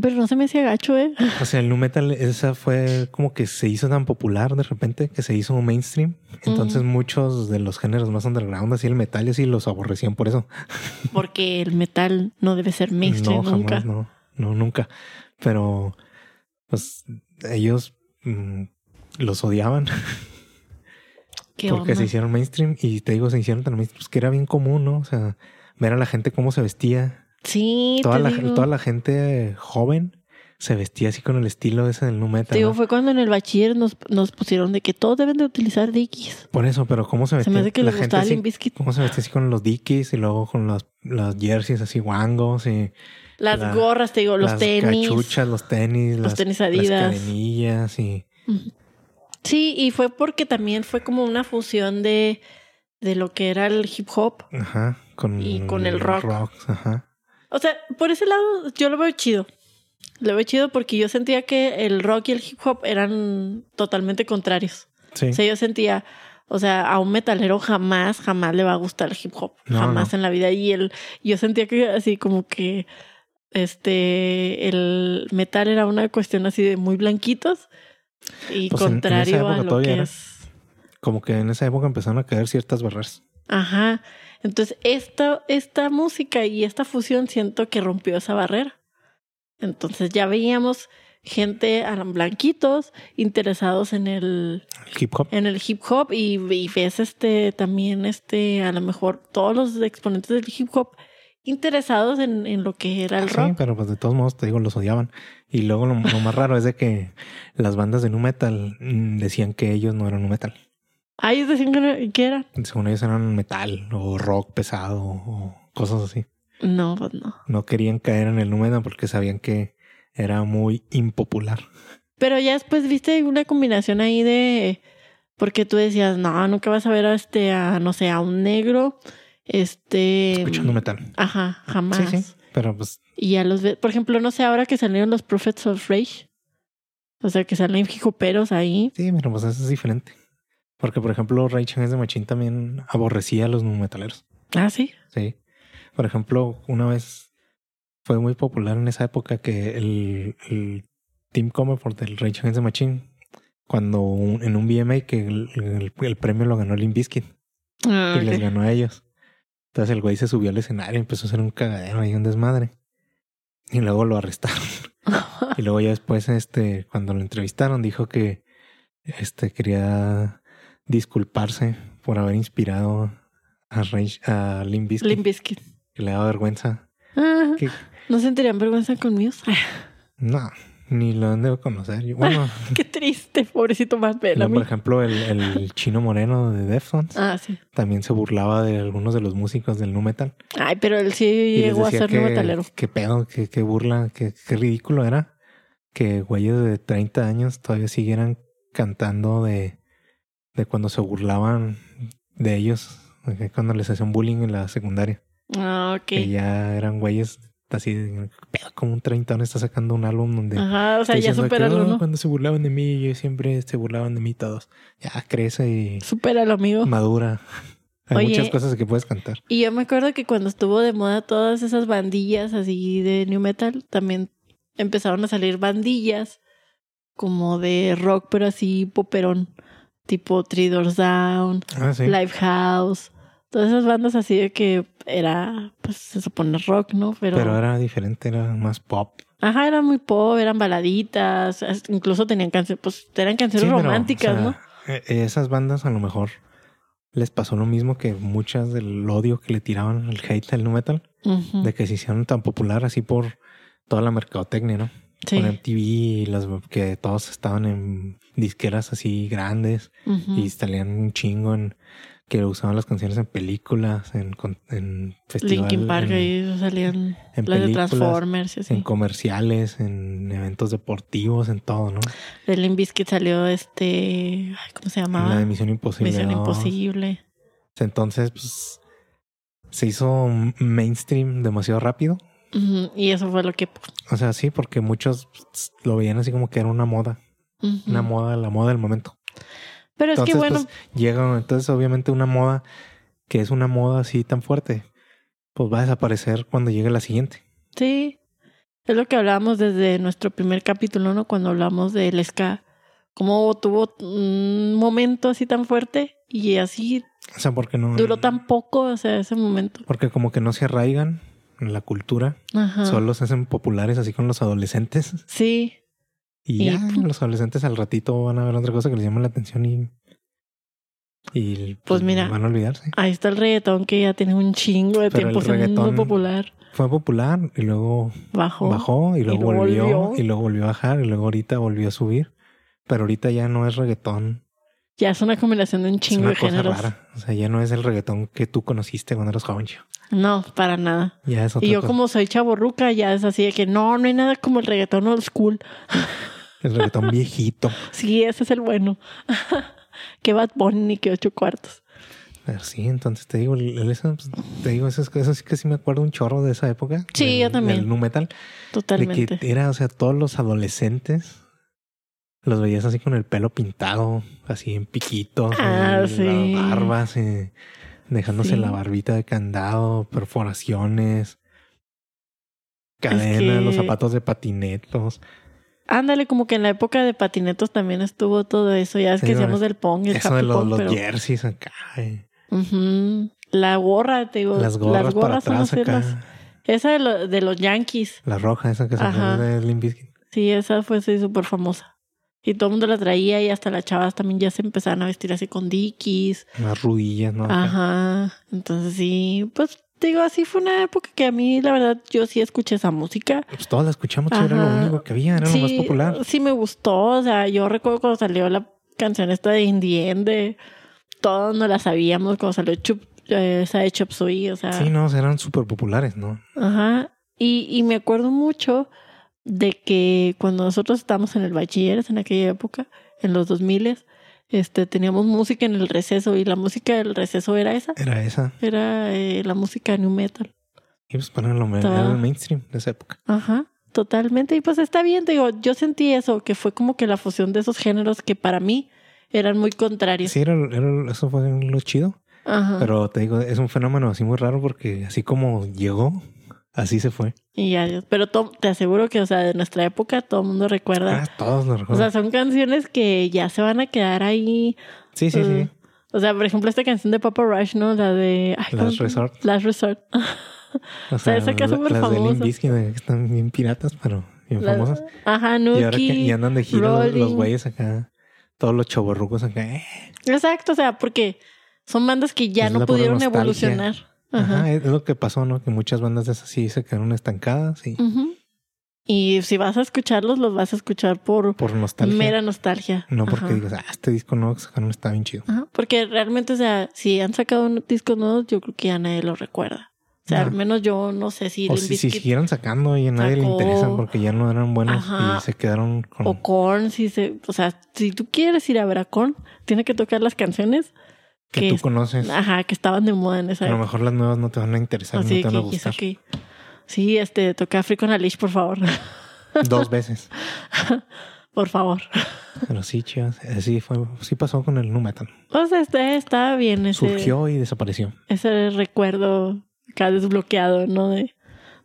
Speaker 1: pero no se me hacía gacho, ¿eh?
Speaker 2: O sea, el nu metal, esa fue como que se hizo tan popular de repente que se hizo mainstream. Entonces,
Speaker 1: Ujú.
Speaker 2: muchos de los géneros más underground, así el metal y así, los aborrecían por eso.
Speaker 1: Porque el metal no debe ser mainstream
Speaker 2: no,
Speaker 1: nunca.
Speaker 2: jamás, no, no, nunca. Pero, pues, ellos mm, los odiaban.
Speaker 1: ¿Qué
Speaker 2: porque
Speaker 1: onda?
Speaker 2: se hicieron mainstream y te digo, se hicieron tan mainstream pues, que era bien común, ¿no? O sea, ver a la gente cómo se vestía.
Speaker 1: Sí,
Speaker 2: Toda
Speaker 1: te
Speaker 2: la,
Speaker 1: digo.
Speaker 2: toda la gente joven se vestía así con el estilo ese del nu
Speaker 1: Te
Speaker 2: metal.
Speaker 1: digo,
Speaker 2: ¿no?
Speaker 1: fue cuando en el bachiller nos, nos pusieron de que todos deben de utilizar Dickies.
Speaker 2: Por eso, pero cómo se
Speaker 1: Se
Speaker 2: vestía
Speaker 1: me hace que
Speaker 2: la
Speaker 1: les
Speaker 2: gente
Speaker 1: gustaba
Speaker 2: así-
Speaker 1: Limp Bizkit.
Speaker 2: cómo se vestía así con los dickies y luego con las, las jerseys así guangos y
Speaker 1: Las
Speaker 2: la-
Speaker 1: gorras, te digo, los
Speaker 2: las
Speaker 1: tenis.
Speaker 2: cachuchas, los tenis,
Speaker 1: Los
Speaker 2: las,
Speaker 1: tenis
Speaker 2: las
Speaker 1: Adidas.
Speaker 2: cadenillas y
Speaker 1: Sí, y fue porque también fue como una fusión de, de lo que era el hip hop.
Speaker 2: ajá, con,
Speaker 1: Y con el rock.
Speaker 2: ajá.
Speaker 1: O sea, por ese lado yo lo veo chido. Lo veo chido porque yo sentía que el rock y el hip hop eran totalmente contrarios.
Speaker 2: Sí.
Speaker 1: O sea, yo sentía, o sea, a un metalero jamás, jamás le va a gustar el hip hop.
Speaker 2: No,
Speaker 1: jamás
Speaker 2: no.
Speaker 1: en la vida. Y el, yo sentía que así como que este el metal era una cuestión así de muy blanquitos y
Speaker 2: Pues en- en esa
Speaker 1: contrario
Speaker 2: época
Speaker 1: a lo
Speaker 2: todavía
Speaker 1: que
Speaker 2: era.
Speaker 1: es.
Speaker 2: Como que en esa época empezaron a caer ciertas barreras.
Speaker 1: Ajá. Entonces, esta, esta música y esta fusión siento que rompió esa barrera. Entonces ya veíamos gente a la- blanquitos interesados en el,
Speaker 2: El hip hop.
Speaker 1: en el hip hop y, y ves este también este a lo mejor todos los exponentes del hip hop interesados en, en lo que era el
Speaker 2: Sí,
Speaker 1: rock.
Speaker 2: pero pues de todos modos, te digo, los odiaban. Y luego lo, lo más raro es de que las bandas de nu metal mm, decían que ellos no eran nu metal.
Speaker 1: Ahí ellos decían que no- que era.
Speaker 2: Según ellos eran metal o rock pesado o cosas así.
Speaker 1: No, pues no.
Speaker 2: No querían caer en el nu metal porque sabían que era muy impopular.
Speaker 1: Pero ya después viste una combinación ahí de porque tú decías, no, nunca vas a ver a este, a no sé, a un negro, este
Speaker 2: Escuchando metal.
Speaker 1: ajá, jamás.
Speaker 2: Sí, sí. Pero pues
Speaker 1: Y ya los ves, por ejemplo, no sé, ahora que salieron los Prophets of Rage, o sea que salen hijoperos ahí.
Speaker 2: sí, pero pues eso es diferente. Porque, por ejemplo, Ray Chan de Machín también aborrecía a los nu metaleros.
Speaker 1: Ah, sí.
Speaker 2: Sí. Por ejemplo, una vez fue muy popular en esa época que el, el Team Comerford del Rage Against the Machine, cuando un- en un VMA que el, el- el premio lo ganó Limp Bizkit
Speaker 1: Ah,
Speaker 2: y les
Speaker 1: ok.
Speaker 2: ganó a ellos. Entonces el güey se subió al escenario y empezó a hacer un cagadero y un desmadre. Y luego lo arrestaron. y luego ya después, este, cuando lo entrevistaron, dijo que este quería disculparse por haber inspirado a, Rage, a Limp Bizkit
Speaker 1: Limp Bizkit.
Speaker 2: que le da vergüenza.
Speaker 1: Ah,
Speaker 2: Que,
Speaker 1: ¿No sentirían vergüenza Ah, conmigo? Ay,
Speaker 2: no, ni lo han de conocer. Yo- Bueno,
Speaker 1: qué triste, pobrecito más pena.
Speaker 2: luego, por ejemplo, el, el chino moreno de Deftones
Speaker 1: Ah, sí.
Speaker 2: también se burlaba de algunos de los músicos del nu metal.
Speaker 1: Ay, pero él sí
Speaker 2: Y les
Speaker 1: llegó a
Speaker 2: decía
Speaker 1: ser
Speaker 2: que,
Speaker 1: nuevo metalero.
Speaker 2: Qué pedo, qué, qué burla, qué, qué ridículo era que güeyes de 30 años todavía siguieran cantando de, de cuando se burlaban de ellos, de cuando les hacían bullying en la secundaria.
Speaker 1: Ah, ok.
Speaker 2: Que ya eran güeyes así, de, "Qué pedo, como un 30 está sacando un álbum donde
Speaker 1: Ajá, Ah, o sea,
Speaker 2: Estoy
Speaker 1: ya
Speaker 2: diciendo que,
Speaker 1: superalo,
Speaker 2: "Ah,
Speaker 1: ¿no?
Speaker 2: Cuando se burlaban de mí, yo siempre se burlaban de mí todos. Ya crece y
Speaker 1: Superalo, amigo.
Speaker 2: madura. Hay
Speaker 1: Oh. Oye.
Speaker 2: muchas cosas que puedes cantar.
Speaker 1: Y yo me acuerdo que cuando estuvo de moda todas esas bandillas así de new metal, también empezaron a salir bandillas como de rock, pero así poperón, tipo Three Doors Down,
Speaker 2: Ah, sí.
Speaker 1: Lifehouse, todas esas bandas así de que era, pues se supone rock, ¿no? Pero,
Speaker 2: pero... era diferente, era más pop.
Speaker 1: ajá, era muy pop, eran baladitas, as- incluso tenían canciones, pues eran canciones
Speaker 2: Sí, pero, e-,
Speaker 1: románticas,
Speaker 2: o sea,
Speaker 1: ¿no?
Speaker 2: eh, Esas bandas a lo mejor les pasó lo mismo que muchas del odio que le tiraban el hate al nu metal,
Speaker 1: Ujú.
Speaker 2: de que se hicieron tan popular así por toda la mercadotecnia, ¿no?
Speaker 1: Sí.
Speaker 2: Por MTV y las que todos estaban en disqueras así grandes
Speaker 1: Ujú.
Speaker 2: y salían un chingo en que usaban las canciones en películas, en, con- en festivales.
Speaker 1: Linkin Park ahí salían
Speaker 2: en
Speaker 1: las de
Speaker 2: películas,
Speaker 1: Transformers y así.
Speaker 2: en comerciales, en eventos deportivos, en todo, ¿no?
Speaker 1: De Limp Bizkit salió este. ay, ¿Cómo se
Speaker 2: En la
Speaker 1: llamaba?
Speaker 2: de Misión Imposible.
Speaker 1: Misión
Speaker 2: ¿no?
Speaker 1: Imposible.
Speaker 2: Entonces, pues, se hizo mainstream demasiado rápido.
Speaker 1: Ujú, Y eso fue lo que.
Speaker 2: O sea, sí, porque muchos pues, lo veían así como que era una moda,
Speaker 1: ujú.
Speaker 2: una moda, la moda del momento.
Speaker 1: Pero es
Speaker 2: Entonces,
Speaker 1: que bueno,
Speaker 2: pues, llega, entonces, obviamente, una moda que es una moda así tan fuerte, pues va a desaparecer cuando llegue la siguiente.
Speaker 1: sí. Es lo que hablábamos desde nuestro primer capítulo, ¿no? Cuando hablamos del ska. Cómo tuvo un momento así tan fuerte y así
Speaker 2: O sea, porque no.
Speaker 1: duró tan poco, o sea, ese momento.
Speaker 2: Porque como que no se arraigan en la cultura,
Speaker 1: Ajá.
Speaker 2: solo se hacen populares así con los adolescentes.
Speaker 1: Sí,
Speaker 2: Y ya
Speaker 1: Y- pues
Speaker 2: los adolescentes al ratito van a ver otra cosa que les llama la atención y. Y
Speaker 1: Pues mira.
Speaker 2: Van a olvidarse.
Speaker 1: ahí está el reggaetón que ya tiene un chingo de
Speaker 2: Pero
Speaker 1: tiempo
Speaker 2: el
Speaker 1: siendo
Speaker 2: reggaetón-
Speaker 1: popular.
Speaker 2: Fue popular y luego
Speaker 1: Bajó.
Speaker 2: bajó y luego
Speaker 1: Oh, luego
Speaker 2: volvió,
Speaker 1: volvió.
Speaker 2: y luego volvió a bajar y luego ahorita volvió a subir. Pero ahorita ya no es reggaetón.
Speaker 1: Ya es una combinación de un
Speaker 2: Es
Speaker 1: chingo
Speaker 2: una
Speaker 1: de
Speaker 2: cosa
Speaker 1: géneros.
Speaker 2: rara. O sea, ya no es el reggaetón que tú conociste cuando eras joven. chico.
Speaker 1: No, para nada.
Speaker 2: Ya es otra
Speaker 1: Y yo
Speaker 2: cosa.
Speaker 1: como soy chaborruca ya es así de que no, no hay nada como el reggaetón old school.
Speaker 2: El reggaetón viejito.
Speaker 1: Sí, ese es el bueno. que Bad Bunny ni que ocho cuartos.
Speaker 2: Pero sí, entonces te digo, el- el- eso, pues, te digo, eso, es- eso sí que sí me acuerdo un chorro de esa época.
Speaker 1: Sí,
Speaker 2: del-
Speaker 1: yo también.
Speaker 2: Del nu metal.
Speaker 1: Totalmente.
Speaker 2: De que era, o sea, todos los adolescentes los veías así con el pelo pintado, así en piquitos,
Speaker 1: Ah,
Speaker 2: eh,
Speaker 1: sí.
Speaker 2: las barbas, eh, dejándose
Speaker 1: Sí.
Speaker 2: la barbita de candado, perforaciones, cadenas,
Speaker 1: que-
Speaker 2: los zapatos de patinetos.
Speaker 1: Ándale, como que en la época de patinetos también estuvo todo eso. Ya es
Speaker 2: Sí,
Speaker 1: que
Speaker 2: no,
Speaker 1: hacíamos
Speaker 2: es-
Speaker 1: del pong y el
Speaker 2: Eso de
Speaker 1: happy
Speaker 2: los,
Speaker 1: pong,
Speaker 2: los
Speaker 1: pero-
Speaker 2: jerseys acá, eh,
Speaker 1: Ujú. La gorra, te digo.
Speaker 2: las gorras, para
Speaker 1: Pues, son
Speaker 2: atrás
Speaker 1: así
Speaker 2: acá,
Speaker 1: las- Esa de, lo- de los Yankees.
Speaker 2: la roja esa que se
Speaker 1: Ajá.
Speaker 2: de Limp Bizkit.
Speaker 1: Sí, esa fue sí, súper famosa. Y todo el mundo la traía y hasta las chavas también ya se empezaban a vestir así con dickies.
Speaker 2: Unas rodillas, ¿no? Acá.
Speaker 1: Ajá, entonces sí, pues digo, así fue una época que a mí, la verdad, yo sí escuché esa música.
Speaker 2: Pues todos la escuchamos, chico, era lo
Speaker 1: Ajá.
Speaker 2: único que había, era
Speaker 1: sí,
Speaker 2: lo más popular.
Speaker 1: Sí me gustó, o sea, yo recuerdo cuando salió la canción esta de Indiende, todos no la sabíamos, cuando salió Chup, eh, esa de Chop Suey, o sea,
Speaker 2: Sí, no, o sea, eran súper populares, ¿no?
Speaker 1: ajá. Y, y me acuerdo mucho de que cuando nosotros estábamos en el bachilleres en aquella época, en los 2000, este, teníamos música en el receso y la música del receso era esa.
Speaker 2: Era esa.
Speaker 1: Era eh, la música de New Metal.
Speaker 2: Y pues para lo
Speaker 1: Todo.
Speaker 2: era el mainstream de esa época.
Speaker 1: Ajá, totalmente. Y pues está bien, te digo, yo sentí eso, que fue como que la fusión de esos géneros que para mí eran muy contrarios.
Speaker 2: Sí, era, era- eso fue lo chido.
Speaker 1: Ajá.
Speaker 2: Pero te digo, es un fenómeno así muy raro porque así como llegó, así se fue.
Speaker 1: Y adiós. Pero to- te aseguro que, o sea, de nuestra época todo el mundo recuerda.
Speaker 2: Ah, todos lo
Speaker 1: o sea,
Speaker 2: recuerdan.
Speaker 1: son canciones que ya se van a quedar ahí.
Speaker 2: sí, sí,
Speaker 1: mm,
Speaker 2: sí.
Speaker 1: O sea, por ejemplo, esta canción de Papa Rush, ¿no? La de... ay, ¿cómo
Speaker 2: Las
Speaker 1: se llama?
Speaker 2: Resort.
Speaker 1: Last Resort.
Speaker 2: O sea,
Speaker 1: esa que es
Speaker 2: la-
Speaker 1: súper
Speaker 2: las de Limp
Speaker 1: famosa.
Speaker 2: Bizkit eh, que están bien piratas, pero bien
Speaker 1: La-
Speaker 2: famosas.
Speaker 1: Ajá,
Speaker 2: Y ahora que
Speaker 1: Nuki.
Speaker 2: y andan de gira los- los
Speaker 1: Rolling.
Speaker 2: güeyes acá, todos los choborrucos acá. eh.
Speaker 1: Exacto, o sea, porque son bandas que ya
Speaker 2: Es
Speaker 1: no
Speaker 2: la pura
Speaker 1: pudieron
Speaker 2: nostalgia.
Speaker 1: evolucionar.
Speaker 2: Ajá.
Speaker 1: Ajá.
Speaker 2: es lo que pasó, ¿no? Que muchas bandas de esas sí se quedaron estancadas y
Speaker 1: Ujú. Y si vas a escucharlos, los vas a escuchar por
Speaker 2: por nostalgia.
Speaker 1: mera nostalgia.
Speaker 2: No porque
Speaker 1: Ajá.
Speaker 2: digas, ah, este disco nuevo que sacaron está bien chido.
Speaker 1: Ajá, Porque realmente, o sea, si han sacado un disco nuevo, yo creo que ya nadie lo recuerda. O sea,
Speaker 2: No.
Speaker 1: al menos yo no sé si
Speaker 2: O
Speaker 1: Limp
Speaker 2: si, si
Speaker 1: Bizkit
Speaker 2: siguieran sacando y a nadie le
Speaker 1: sacó-
Speaker 2: interesan porque ya no eran buenos
Speaker 1: Ajá.
Speaker 2: y se quedaron con...
Speaker 1: o Korn, si se, o sea, si tú quieres ir a ver a Korn, tiene que tocar las canciones
Speaker 2: que
Speaker 1: que
Speaker 2: tú
Speaker 1: es-
Speaker 2: conoces.
Speaker 1: ajá, que estaban de moda en esa
Speaker 2: A lo
Speaker 1: época.
Speaker 2: mejor las nuevas no te van a interesar,
Speaker 1: Así
Speaker 2: no te van a
Speaker 1: que,
Speaker 2: gustar.
Speaker 1: que sí, este, toca African Alish, por favor.
Speaker 2: Dos veces.
Speaker 1: por favor.
Speaker 2: Pero sí, chicas, así fue, sí pasó con el nu metal.
Speaker 1: O sea, está, este, está bien ese.
Speaker 2: Surgió y desapareció.
Speaker 1: ese recuerdo acá desbloqueado, ¿no? De,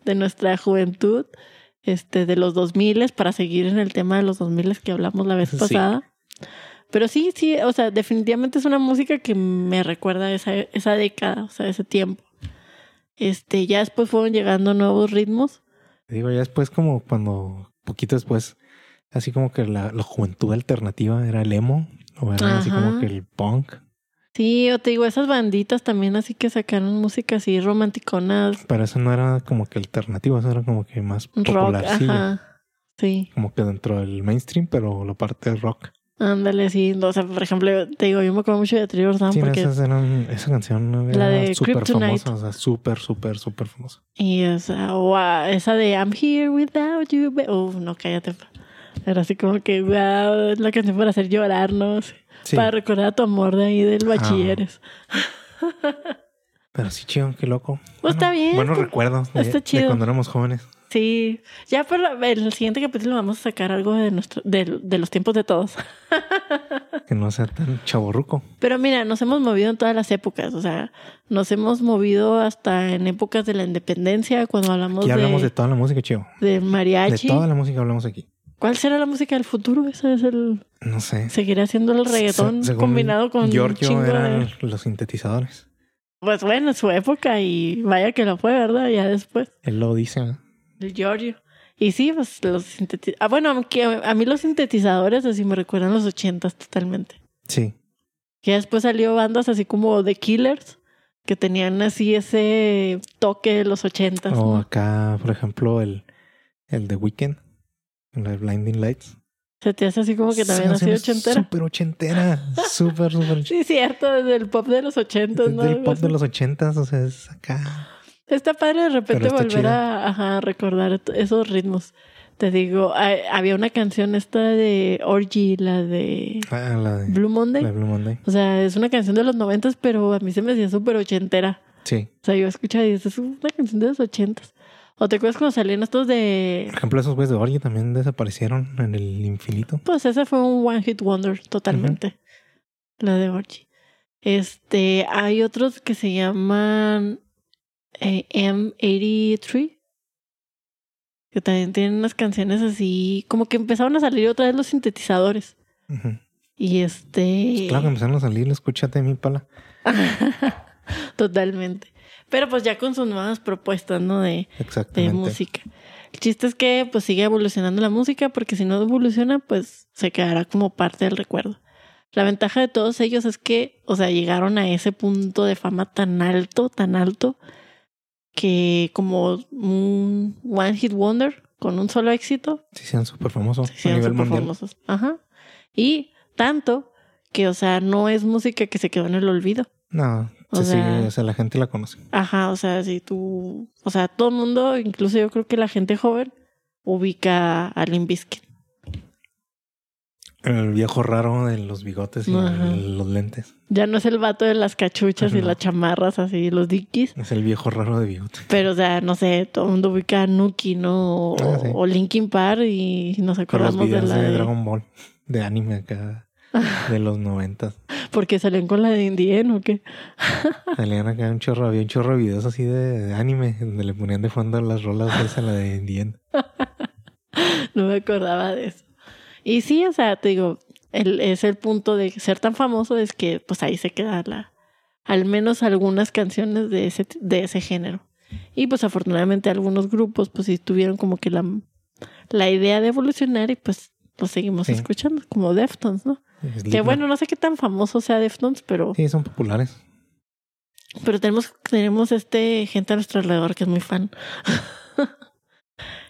Speaker 1: de nuestra juventud, este, de los 2000 para seguir en el tema de los 2000 que hablamos la vez
Speaker 2: Sí.
Speaker 1: pasada. Pero sí, sí, o sea, definitivamente es una música que me recuerda a esa, esa década, o sea, ese tiempo. Este, ya después fueron llegando nuevos ritmos.
Speaker 2: Te Digo, ya después como cuando, poquito después, así como que la, la juventud alternativa era el emo o era así
Speaker 1: Ajá.
Speaker 2: como que el punk.
Speaker 1: Sí, o te digo, esas banditas también así que sacaron música así romanticonas,
Speaker 2: Pero eso no era como que alternativa, eso era como que más
Speaker 1: rock,
Speaker 2: popularcilla.
Speaker 1: ajá. Sí,
Speaker 2: Como que dentro del mainstream, pero la parte rock.
Speaker 1: ándale, sí. O sea, por ejemplo, te digo, yo me acuerdo mucho de Trevor Down
Speaker 2: Sí,
Speaker 1: Ah, porque...
Speaker 2: esas eran- esa canción
Speaker 1: La
Speaker 2: era
Speaker 1: de
Speaker 2: súper
Speaker 1: Kryptonite.
Speaker 2: famosa, o sea, súper, súper, súper famosa.
Speaker 1: Y esa, o a- esa de I'm here without you. ba- Uf, no, cállate. Era así como que, wow, es la canción para hacer llorarnos.
Speaker 2: Sí,
Speaker 1: Para recordar a tu amor de ahí del bachilleres.
Speaker 2: pero sí, chido, qué loco.
Speaker 1: Pues está bien,
Speaker 2: Buenos
Speaker 1: está-
Speaker 2: recuerdos de,
Speaker 1: está
Speaker 2: de
Speaker 1: chido.
Speaker 2: cuando éramos jóvenes.
Speaker 1: Sí. Ya para el siguiente capítulo vamos a sacar algo de, nuestro, de, de los tiempos de todos.
Speaker 2: Que no sea tan chaborruco.
Speaker 1: Pero mira, nos hemos movido en todas las épocas. O sea, nos hemos movido hasta en épocas de la independencia, cuando hablamos,
Speaker 2: Aquí hablamos de
Speaker 1: de,
Speaker 2: toda la música, chido.
Speaker 1: de
Speaker 2: De
Speaker 1: mariachi.
Speaker 2: toda la música hablamos aquí.
Speaker 1: ¿Cuál será la música del futuro? Ese es el.
Speaker 2: No sé.
Speaker 1: Seguirá siendo el reggaetón
Speaker 2: Se- según
Speaker 1: combinado con. un
Speaker 2: Giorgio
Speaker 1: chingo de-
Speaker 2: eran los sintetizadores.
Speaker 1: Pues bueno, su época y vaya que lo fue, ¿verdad? Ya después,
Speaker 2: Él lo dice. ¿no?
Speaker 1: el Giorgio. Y sí, pues los sintetizadores. Ah, bueno, aunque a mí los sintetizadores así me recuerdan los ochentas totalmente.
Speaker 2: Sí.
Speaker 1: Que después salió bandas así como The Killers, que tenían así ese toque de los ochentas.
Speaker 2: O
Speaker 1: ¿no?
Speaker 2: acá, por ejemplo, el, el de Weekend, la de Blinding Lights.
Speaker 1: Se te hace así como que también así ochentera.
Speaker 2: Súper ochentera. Súper, súper ochentera.
Speaker 1: Sí, cierto, desde el pop de los ochentas,
Speaker 2: Es
Speaker 1: ¿no?
Speaker 2: del
Speaker 1: Algo
Speaker 2: pop de
Speaker 1: así.
Speaker 2: los ochentas, o sea, es acá.
Speaker 1: Está padre de
Speaker 2: Pero
Speaker 1: repente
Speaker 2: está
Speaker 1: volver
Speaker 2: chido.
Speaker 1: a ajá, recordar t- esos ritmos. Te digo, hay- había una canción esta de Orgy, la de
Speaker 2: Ah, la de,
Speaker 1: Blue Monday.
Speaker 2: la de Blue Monday.
Speaker 1: O sea, es una canción de los noventas, pero a mí se me hacía súper ochentera.
Speaker 2: Sí.
Speaker 1: O sea, yo escuchaba y decía, es una canción de los ochentas. ¿O te acuerdas cuando salían estos de...
Speaker 2: Por ejemplo, esos güeyes de Orgy también desaparecieron en el infinito.
Speaker 1: Pues ese fue un One Hit Wonder totalmente. La de Orgy. Este, hay otros que se llaman eh, M83. Que también tienen unas canciones así, como que empezaron a salir otra vez los sintetizadores.
Speaker 2: Ujú. Pues
Speaker 1: Y este...
Speaker 2: Claro que empezaron a salir, escúchate mi pala.
Speaker 1: totalmente. Pero pues ya con sus nuevas propuestas, ¿no? De, de
Speaker 2: Exactamente.
Speaker 1: música. El chiste es que pues sigue evolucionando la música porque si no evoluciona pues se quedará como parte del recuerdo. La ventaja de todos ellos es que, o sea, llegaron a ese punto de fama tan alto, tan alto, que como un One Hit Wonder con un solo éxito,
Speaker 2: Sí, sean súper famosos
Speaker 1: se
Speaker 2: a
Speaker 1: hicieron
Speaker 2: nivel
Speaker 1: súper
Speaker 2: mundial.
Speaker 1: famosos. Ajá. Y tanto que, o sea, no es música que se quedó en el olvido.
Speaker 2: No,
Speaker 1: O
Speaker 2: se
Speaker 1: sea-
Speaker 2: sigue, o sea, la gente la conoce.
Speaker 1: Ajá, o sea, si tú, o sea, todo el mundo, incluso yo creo que la gente joven, ubica a Limp Bizkit.
Speaker 2: El viejo raro de los bigotes y
Speaker 1: Ajá.
Speaker 2: el- los lentes.
Speaker 1: Ya no es el vato de las cachuchas y
Speaker 2: No.
Speaker 1: las chamarras así, los dickies,
Speaker 2: Es el viejo raro de bigote.
Speaker 1: pero o sea, no sé, todo el mundo ubica a Nuki, ¿no? O,
Speaker 2: Ah, sí.
Speaker 1: o Linkin Park y nos
Speaker 2: Con los
Speaker 1: acordamos de
Speaker 2: videos
Speaker 1: la
Speaker 2: de,
Speaker 1: de-
Speaker 2: Dragon Ball, de anime acá, de los noventas.
Speaker 1: porque salían con la de Indien o qué.
Speaker 2: Salían acá un chorro, había un chorro de videos así de, de anime, donde le ponían de fondo las rolas esa, la de Indien.
Speaker 1: No me acordaba de eso. Y sí, o sea, te digo, el, es el punto de ser tan famoso es que pues ahí se queda la, al menos algunas canciones de ese, de ese género. Y pues afortunadamente algunos grupos pues sí tuvieron como que la, la idea de evolucionar y pues lo seguimos
Speaker 2: Sí.
Speaker 1: escuchando, como Deftones, ¿no? Que bueno, no sé qué tan famoso sea Deftones, pero,
Speaker 2: Sí, son populares.
Speaker 1: pero tenemos, tenemos este gente a nuestro alrededor que es muy fan.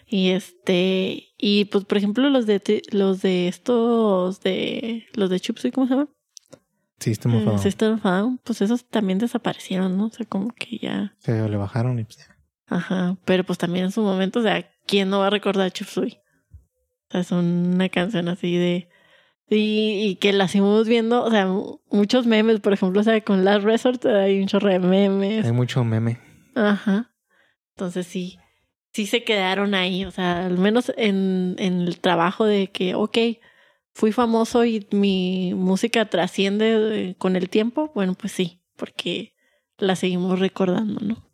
Speaker 1: y este, y pues por ejemplo los de ti- los de estos de los de Chupsy, ¿cómo se llaman?
Speaker 2: System of a
Speaker 1: Eh,
Speaker 2: Down.
Speaker 1: System of a Down, pues esos también desaparecieron, ¿no? O sea, como que ya.
Speaker 2: Se le bajaron y pues, ya.
Speaker 1: Ajá. Pero pues también en su momento, o sea, ¿quién no va a recordar a Chupsui? O sea, es una canción así de. Y, y que la seguimos viendo, o sea, mu- muchos memes, por ejemplo, o sea, con Last Resort hay un chorro de memes.
Speaker 2: hay mucho meme.
Speaker 1: Ajá. Entonces sí, sí se quedaron ahí, o sea, al menos en, en el trabajo de que, ok, fui famoso y mi música trasciende eh, con el tiempo, bueno, pues sí, porque la seguimos recordando, ¿no?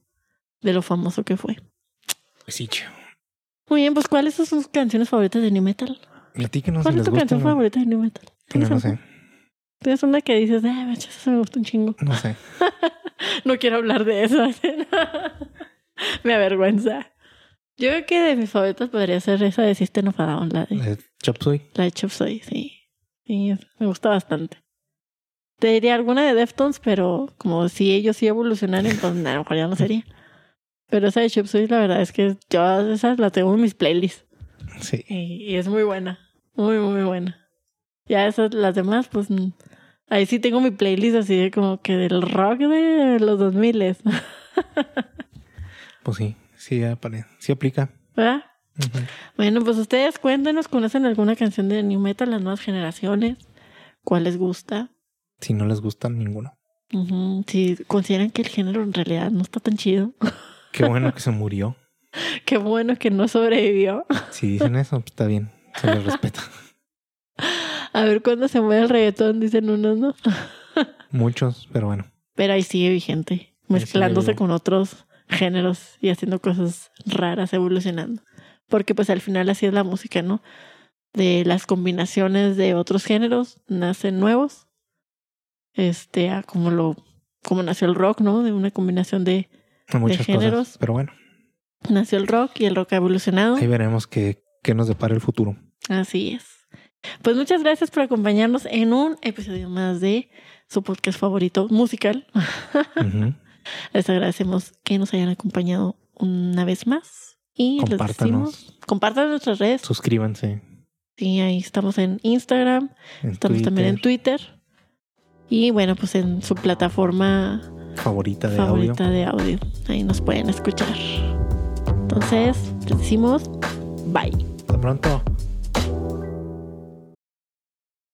Speaker 1: De lo famoso que fue.
Speaker 2: Pues sí, chido.
Speaker 1: Muy bien, pues ¿cuáles son sus canciones favoritas de New Metal?
Speaker 2: Platíquenos si
Speaker 1: ¿Cuál es
Speaker 2: les
Speaker 1: tu
Speaker 2: gusta,
Speaker 1: canción
Speaker 2: ¿no? Pues
Speaker 1: favorita de New Metal?
Speaker 2: No,
Speaker 1: ¿Tienes,
Speaker 2: no
Speaker 1: alguna?
Speaker 2: sé,
Speaker 1: Tienes una que dices, ah, macho, esa me gusta un chingo.
Speaker 2: no sé.
Speaker 1: No quiero hablar de eso. Me avergüenza. Yo creo que de mis favoritas podría ser esa de System of a Down, la de,
Speaker 2: Eh, Chop Suey.
Speaker 1: la de Chop Suey, sí. Sí, es- me gusta bastante. Te diría alguna de Deftones, pero como si ellos sí evolucionaron, pues nah, a lo mejor ya no sería. Pero esa de Chip Suey, la verdad es que yo esas la tengo en mis playlists.
Speaker 2: Sí.
Speaker 1: Y, y es muy buena. Muy, muy buena. Ya esas, las demás, pues mm, ahí sí tengo mi playlist así de como que del rock de los 2000
Speaker 2: Pues sí, sí, apare- sí aplica.
Speaker 1: ¿verdad?
Speaker 2: Ujú.
Speaker 1: Bueno, pues ustedes cuéntenos, ¿conocen alguna canción de New Metal, las nuevas generaciones? ¿Cuál les gusta?
Speaker 2: Si no les gusta ninguno.
Speaker 1: Ujú, Si consideran que el género en realidad no está tan chido.
Speaker 2: Qué bueno que se murió.
Speaker 1: Qué bueno que no sobrevivió.
Speaker 2: Si dicen eso, pues está bien. Se les respeta.
Speaker 1: A ver cuándo se muere el reggaetón, dicen unos, ¿no?
Speaker 2: Muchos, pero bueno.
Speaker 1: Pero ahí sigue vigente, mezclándose
Speaker 2: vivo.
Speaker 1: con otros géneros y haciendo cosas raras, evolucionando. Porque pues al final así es la música, ¿no? De las combinaciones de otros géneros nacen nuevos. Este, a como lo como nació el rock, ¿no? De una combinación de
Speaker 2: Muchas
Speaker 1: géneros.
Speaker 2: cosas. Pero bueno,
Speaker 1: nació el rock y el rock ha evolucionado.
Speaker 2: ahí veremos qué, qué nos depara el futuro.
Speaker 1: Así es. Pues muchas gracias por acompañarnos en un episodio más de su podcast favorito musical.
Speaker 2: Ujú.
Speaker 1: Les agradecemos que nos hayan acompañado una vez más. Y les decimos,
Speaker 2: Compártanos,
Speaker 1: compartan nuestras redes.
Speaker 2: suscríbanse.
Speaker 1: Sí, ahí estamos en Instagram,
Speaker 2: En
Speaker 1: estamos también en
Speaker 2: Twitter,
Speaker 1: Twitter. Y bueno, pues en su plataforma
Speaker 2: favorita de
Speaker 1: favorita
Speaker 2: audio.
Speaker 1: de audio. Ahí nos pueden escuchar. Entonces, les decimos bye.
Speaker 2: Hasta pronto.